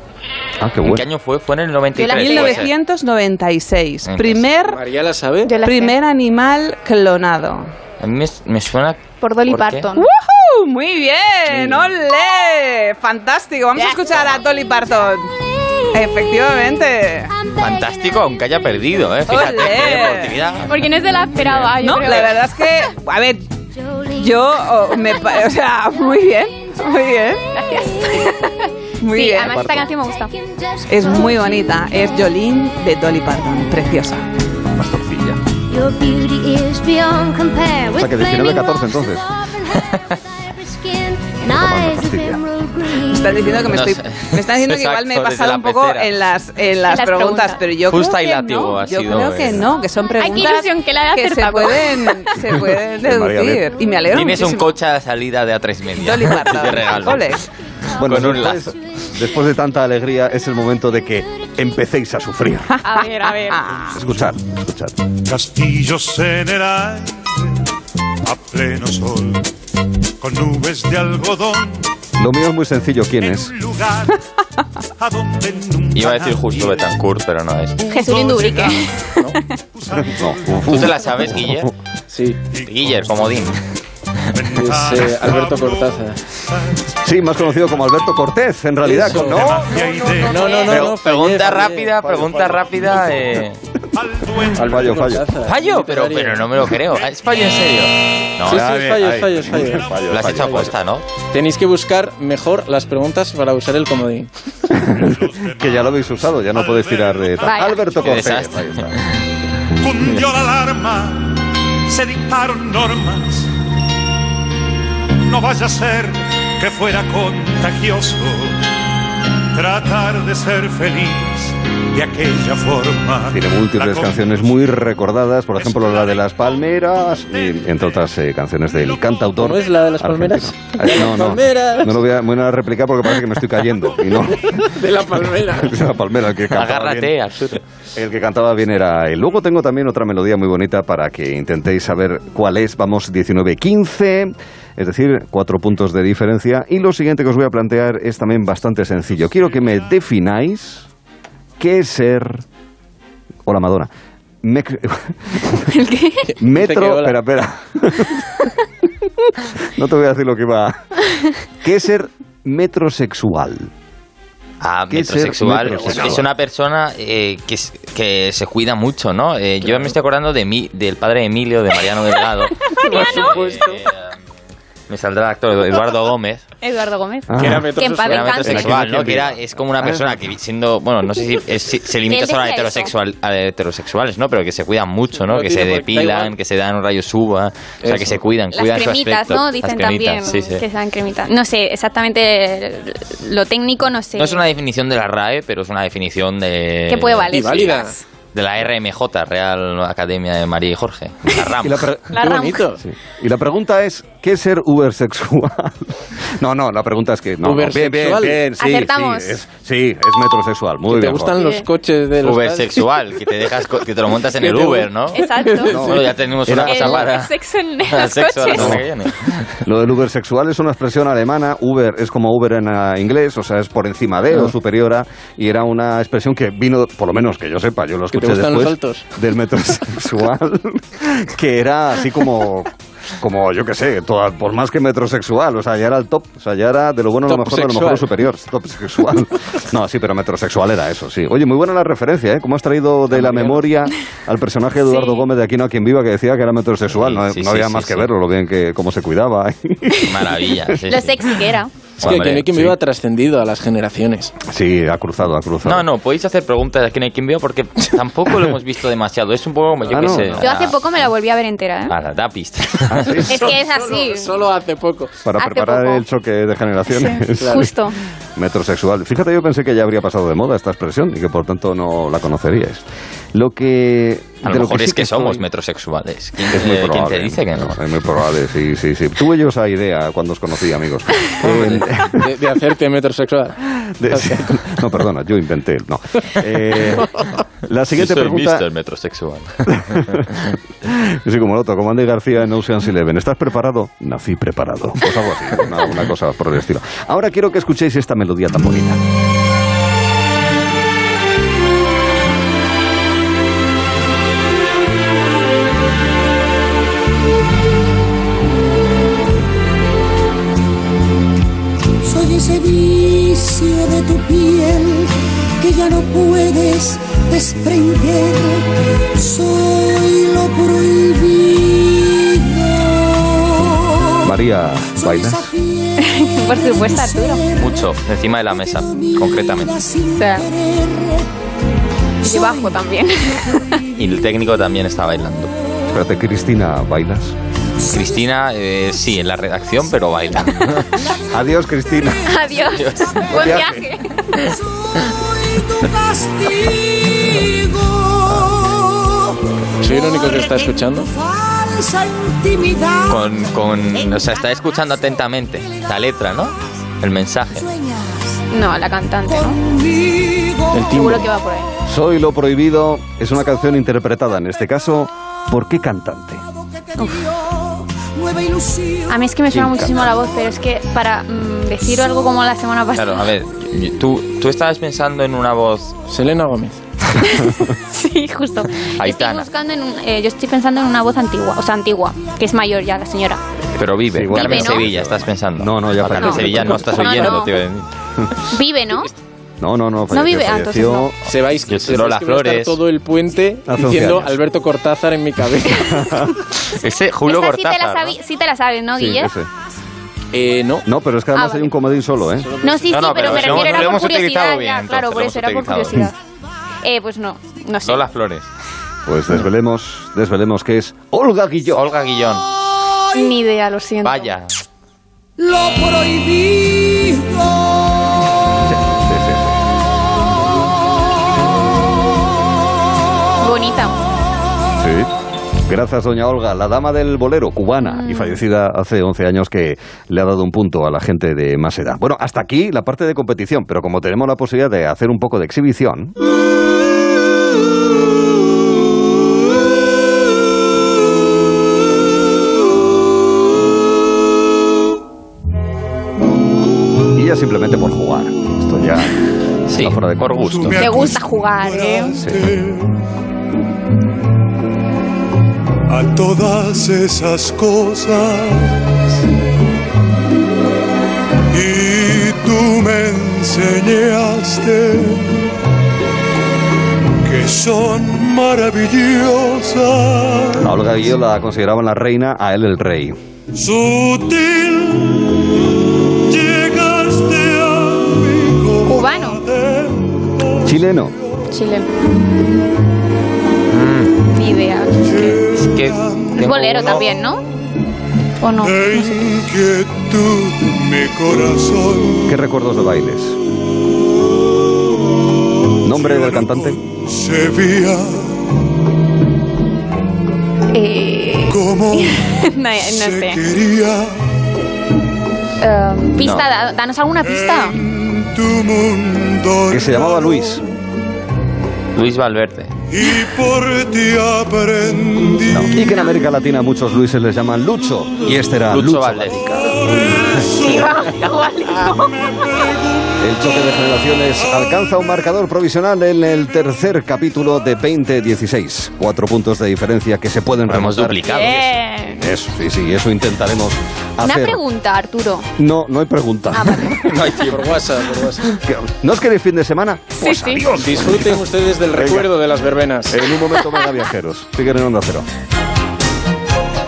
S2: Ah, qué
S7: bueno. ¿En qué año fue? Fue en el 93. puede ser.
S10: 1996,
S7: Entonces,
S10: primer,
S5: María la sabe.
S10: primer animal clonado.
S7: A mí me, me suena...
S10: Por Dolly
S7: ¿Por qué? Parton.
S10: ¡Woohoo! Uh, Muy bien, ole, fantástico. Vamos a escuchar a Dolly Parton. Efectivamente.
S7: Fantástico, aunque haya perdido, ¿eh? Fíjate,
S10: Olé.
S7: qué deportividad.
S3: Porque no se la esperaba. yo
S10: No,
S3: creo
S10: la
S3: que-
S10: verdad es que, a ver, yo, oh, me, pa- o sea, muy bien, muy bien. Muy
S3: sí,
S10: bien.
S3: además esta canción me gusta.
S10: Es muy bonita, es Jolene de Dolly Parton, preciosa.
S2: Pastorcilla.
S19: Your beauty is beyond compare
S2: O sea
S19: with
S2: que 19,
S19: flaming
S2: 14
S19: rocks
S2: entonces.
S19: skin and eyes of emerald green.
S10: Están diciendo que me estoy, me están diciendo que igual me he
S7: Exacto, desde
S10: pasado
S7: la
S10: un poco
S7: pecera.
S10: en las, en las
S7: las
S10: preguntas,
S7: preguntas.
S10: pero yo
S7: Justa
S10: creo
S7: y
S10: que
S7: látigo
S10: no,
S7: ha
S10: yo
S7: sido
S10: creo que
S7: esa.
S10: no, que son preguntas
S3: ilusión, que la haya
S10: se
S3: acertado.
S10: pueden,
S7: [laughs]
S10: se pueden
S7: Sí, María
S10: deducir y me alegro
S7: Tienes un
S10: muchísimo.
S7: coche a la salida de A3 Media. [laughs]
S10: Dolly Parton.
S7: Te regalo.
S10: Ole.
S2: Bueno,
S7: Con un
S2: después,
S7: lazo.
S2: después de tanta alegría es el momento de que empecéis a sufrir.
S3: [laughs] A ver, a [laughs] ver.
S2: Escuchad, escuchad.
S8: Castillos en el aire, a pleno sol, con nubes de algodón,
S2: Lo mío es muy sencillo, ¿quién [laughs] es?
S8: lugar a donde
S7: Iba a decir justo Betancourt, pero no es.
S3: Jesulín Dubrique.
S2: No.
S7: ¿Tú te la sabes, Guille?
S5: Sí.
S7: Guille, comodín.
S5: Es eh, Alberto Cortázar.
S2: Sí, más conocido como Alberto Cortés, en realidad.
S5: Eso.
S2: ¿no?
S5: No, no, no,
S7: Pero-
S5: no,
S7: pregunta
S5: fallé, fallé.
S7: rápida, pregunta rápida. eh.
S2: Al fallo, fallo.
S7: Fallo, pero, pero no me lo creo. Es fallo en serio. No,
S5: sí, sí,
S7: a
S5: es
S7: ver,
S5: fallo,
S7: a
S5: es
S7: ver.
S5: fallo, es fallo.
S7: Lo has hecho apuesta, ¿no?
S5: Tenéis que buscar mejor las preguntas para usar el comodín.
S2: que ya lo habéis usado, ya no podéis tirar de...
S8: Vaya.
S2: Alberto
S8: Qué
S2: Cortés.
S8: desastre.
S2: ahí está.
S8: cundió la alarma, se dictaron normas. No vaya a ser que fuera contagioso tratar de ser feliz de aquella forma.
S2: Tiene múltiples canciones muy recordadas, por ejemplo la de Las Palmeras y entre otras eh, canciones del cantautor.
S5: ¿Cómo es la de las palmeras?
S2: argentino.
S5: [laughs]
S2: Eh, No, no,
S5: Palmeras.
S2: no lo voy a, voy a replicar porque parece que me estoy cayendo. Y
S5: [laughs]
S2: no, [laughs]
S5: De la [laughs] palmera.
S2: es la palmera el que cantaba
S7: Agárrate,
S2: bien.
S7: Arturo.
S2: El que cantaba bien era él. Luego tengo también otra melodía muy bonita para que intentéis saber cuál es. Vamos 19-15, es decir, cuatro puntos de diferencia. Y lo siguiente que os voy a plantear es también bastante sencillo. Quiero que me defináis qué es ser... Hola, Madonna. Me- [laughs]
S5: Dice que
S2: Metro...
S5: hola.
S2: Espera, espera. [laughs] no te voy a decir lo que va. ¿Qué es ser metrosexual?
S7: Ah,
S2: ¿Qué es ser
S7: metrosexual.
S2: metrosexual?
S7: Es una persona eh, que, es- que se cuida mucho, ¿no? Eh, Yo me estoy acordando de mí, del padre de Emilio, de Mariano Delgado.
S3: [laughs] Mariano.
S7: Eh, me saldrá el actor Eduardo Gómez.
S3: [laughs] Eduardo Gómez.
S7: Ah. Que era
S3: que en paz
S7: Era
S3: descanse.
S7: metrosexual, ¿no? Que era, es como una
S3: Ah.
S7: persona que siendo, bueno, no sé si es- si- se limita
S3: Él
S7: solo a,
S3: decía
S7: heterosexual, a heterosexuales, ¿no? Pero que se cuidan mucho, ¿no?
S5: no
S7: que
S5: tiene
S7: se
S5: por- da
S7: depilan,
S5: igual.
S7: que se dan un rayo suba, o sea,
S5: Eso.
S7: que se cuidan,
S3: Las
S7: cuidan su
S3: cremitas,
S7: aspecto.
S3: ¿no? Dicen
S7: Las cremitas,
S3: también
S7: sí, sí.
S3: que sean cremitas. No sé, exactamente lo técnico, no sé.
S7: No es una definición de la RAE, pero es una definición de...
S3: Que puede valer. Y válida.
S7: De la RMJ, Real Academia de María y Jorge. La RAM.
S2: Y la pre-
S3: La Qué RAM. bonito.
S2: Sí. Y la pregunta es, ¿qué es ser ubersexual? [laughs] No, no, la pregunta es que... No, no, bien, bien,
S5: Ubersexual.
S2: bien, sí,
S3: Acertamos.
S2: sí, es, sí, es metrosexual, muy
S5: ¿Te
S2: bien.
S5: gustan
S2: Juan.
S5: los coches de los
S7: Ubersexual, que te dejas co- que te lo montas en
S5: Que
S7: el
S5: te-
S7: Uber, ¿no?
S3: Exacto.
S7: No, bueno, ya tenemos una
S3: [laughs] El
S7: cosa
S6: [laughs]
S7: para...
S3: sexo
S7: [laughs]
S3: en
S7: para
S3: los
S7: sexo la
S3: coches.
S7: semana que viene.
S2: Lo del ubersexual es una expresión alemana, Uber es como Uber en eh, inglés, o sea, es por encima
S5: Ah.
S2: de o superior a, y era una expresión que vino, por lo menos que yo sepa, yo lo
S5: Que te
S2: escuché
S5: gustan
S2: después
S5: los altos.
S2: del
S5: [laughs]
S2: metrosexual, que era así como... Como, yo qué sé, toda- por más que metrosexual, o sea, ya era el top, o sea, ya era de lo bueno a lo
S5: Top
S2: mejor, de lo mejor a lo
S5: sexual.
S2: superior, top sexual. No, sí, pero metrosexual era eso, sí. Oye, muy buena la referencia, ¿eh? Cómo has traído de la memoria al personaje de Eduardo Gómez de Aquí no a quien viva que decía que era metrosexual, no,
S7: sí,
S2: no
S7: sí,
S2: había
S7: sí,
S2: más que
S7: sí.
S2: verlo, lo bien que cómo se cuidaba. ¿eh?
S7: [laughs] Maravilla. sí,
S3: Lo
S7: sí.
S3: sexy que era.
S5: [laughs] Es que
S7: Hombre,
S5: Aquí no hay quien
S7: sí.
S5: viva ha trascendido a las generaciones.
S2: Sí, ha cruzado, ha cruzado.
S7: No, no, podéis hacer preguntas aquí en el Quimbeo porque tampoco lo hemos visto demasiado. Es un poco como yo
S2: Ah,
S7: qué
S2: no.
S7: sé.
S3: Yo hace poco me la volví a ver entera, ¿eh?
S7: [laughs] A la da pista.
S2: Ah,
S3: Es que es así.
S5: Solo hace poco.
S2: Para
S3: Hace
S2: preparar
S3: poco.
S2: el choque de generaciones.
S3: Sí, Justo.
S2: Metrosexual. Fíjate, yo pensé que ya habría pasado de moda esta expresión y que por tanto no la conoceríais. Lo que.
S7: A
S2: de
S7: lo mejor
S2: sí
S7: es que
S2: estoy-
S7: somos metrosexuales. ¿Quién,
S2: Es muy
S7: eh, quién
S2: probable.
S7: te dice que no?
S2: Es muy probable, sí, sí, sí. Tuve yo esa idea cuando os
S3: [laughs]
S2: conocí, amigos. Eh,
S5: De, de hacerte metrosexual.
S3: [laughs]
S2: de- [laughs] no, perdona, yo inventé. el No. Eh, la siguiente pregunta.
S7: metrosexual. [laughs]
S2: Yo soy como el otro, como Andy García en Ocean's Eleven. ¿Estás preparado? Nací preparado. Pues algo así, una, una cosa por el estilo. Ahora quiero que escuchéis esta melodía tan bonita.
S16: Soy ese vicio de tu piel que ya no puedes desprender. Soy lo prohibido.
S2: María, ¿bailas?
S3: Por supuesto, Arturo.
S7: Mucho, encima de la mesa, concretamente.
S3: O sea, yo bajo también.
S7: Y el técnico también está bailando.
S2: Espérate, Cristina, ¿bailas?
S7: Cristina, eh, sí, en la redacción, pero baila. [laughs]
S2: Adiós, Cristina.
S3: [laughs] Adiós. Buen
S2: viaje.
S3: viaje.
S5: Soy el único que está escuchando.
S16: Falsa intimidad.
S7: Con, con, o sea, está escuchando atentamente la letra, ¿no? El mensaje.
S3: No, la cantante, ¿no?
S2: timbre.
S3: Seguro que va por ahí.
S2: Soy lo prohibido es una canción interpretada, en este caso, ¿por qué cantante?
S16: Nueva ilusión.
S3: A mí es que me suena
S2: Sí,
S3: muchísimo la voz, pero es que para mm, decir algo como la semana pasada.
S7: Claro, a ver, y- y- tú, tú estabas pensando en una voz...
S5: Selena Gómez.
S3: [laughs] Sí, justo. Estoy
S7: Aitana,
S3: buscando en un- eh, yo estoy pensando en una voz antigua, o sea, antigua, que es mayor ya la señora.
S7: pero vive.
S2: Sí, bueno,
S7: Carmen
S3: Vive, ¿no?
S7: Sevilla, estás pensando. Ah,
S2: No, no, ya
S7: Carmen
S2: falleció.
S7: Sevilla no estás
S3: No,
S7: oyendo,
S3: no.
S7: te iba a decir.
S3: Vive, ¿no?
S2: No, no, no. falleció,
S3: vive, ah, entonces
S2: falleció.
S3: no.
S5: Se vais,
S7: Yo
S5: se
S7: soy Lola
S5: vais que voy a estar
S7: Flores.
S5: todo el puente
S2: Hace once
S5: diciendo
S2: años.
S5: Alberto Cortázar en mi [laughs] cabeza.
S7: Ese Julio
S3: Esa sí te, la
S7: Cortázar.
S3: sabi- sí te la sabes, ¿no,
S2: Sí,
S3: Guille?
S2: ese.
S5: eh, no.
S2: No, pero es que
S3: Ah,
S2: además
S3: vale.
S2: hay un comodín solo, ¿eh?
S3: No, sí,
S7: No,
S3: sí,
S7: no,
S3: pero, me
S7: pero lo
S3: refiero
S7: hemos-
S3: era
S7: lo
S3: por
S7: hemos utilizado
S3: curiosidad,
S7: bien,
S3: ya, claro,
S7: entonces,
S3: por eso
S7: lo hemos
S3: era por curiosidad.
S7: utilizado.
S3: Eh, pues no, no
S7: ¿no?
S3: sé.
S7: Lola Flores.
S2: Pues desvelemos, desvelemos que es Olga Guillot.
S7: Olga Guillón.
S3: Ni idea, lo siento.
S7: Vaya.
S16: Lo prohibido.
S2: Sí, sí, sí, sí.
S6: bonita.
S2: Sí. Gracias, doña Olga, la dama del bolero cubana y fallecida hace 11 años que le ha dado un punto a la gente de más edad. Bueno, hasta aquí la parte de competición, pero como tenemos la posibilidad de hacer un poco de exhibición, y ya simplemente por jugar. Esto ya está fuera de por gusto.
S6: Me gusta jugar, ¿eh?
S16: a todas esas cosas. Y tú me enseñaste que son maravillosas.
S2: A Olga y yo la consideraban la reina, a él el rey.
S16: Sutil llegaste a
S6: Cubano,
S2: Chileno.
S6: chileno. Ni idea.
S7: Es que
S6: Es bolero también, Mm. ¿no? ¿O no? No sé.
S16: inquietud mi corazón.
S2: ¿Qué recuerdos de bailes? ¿Nombre del cantante?
S16: Sevilla.
S6: Eh, [laughs]
S16: Como
S6: no, no sé.
S16: quería
S6: Eh, pista,
S2: No.
S6: da- danos alguna pista.
S16: tu mundo
S2: Que se llamaba Luis.
S7: Luis Valverde.
S16: y por ti aprendí.
S2: Y que en América Latina a muchos Luises les llaman Lucho. Y este era
S7: Lucho
S2: Lucho,
S7: Valdés.
S2: El choque de generaciones alcanza un marcador provisional en el tercer capítulo de 2016. Cuatro puntos de diferencia que se pueden
S7: Hemos
S2: remontar.
S7: duplicado.
S6: Bien.
S2: Eso, sí, sí, eso intentaremos
S6: Una
S2: hacer.
S6: pregunta, Ah, Arturo.
S2: No, no hay pregunta.
S5: [laughs]
S2: [laughs]
S5: No hay tiempo. Por WhatsApp, por WhatsApp.
S2: ¿No os queréis fin de semana?
S6: Sí, sí.
S5: Disfruten ustedes del
S2: Venga.
S5: recuerdo de las verbenas.
S2: En un momento mega viajeros. Siguen en Onda Cero.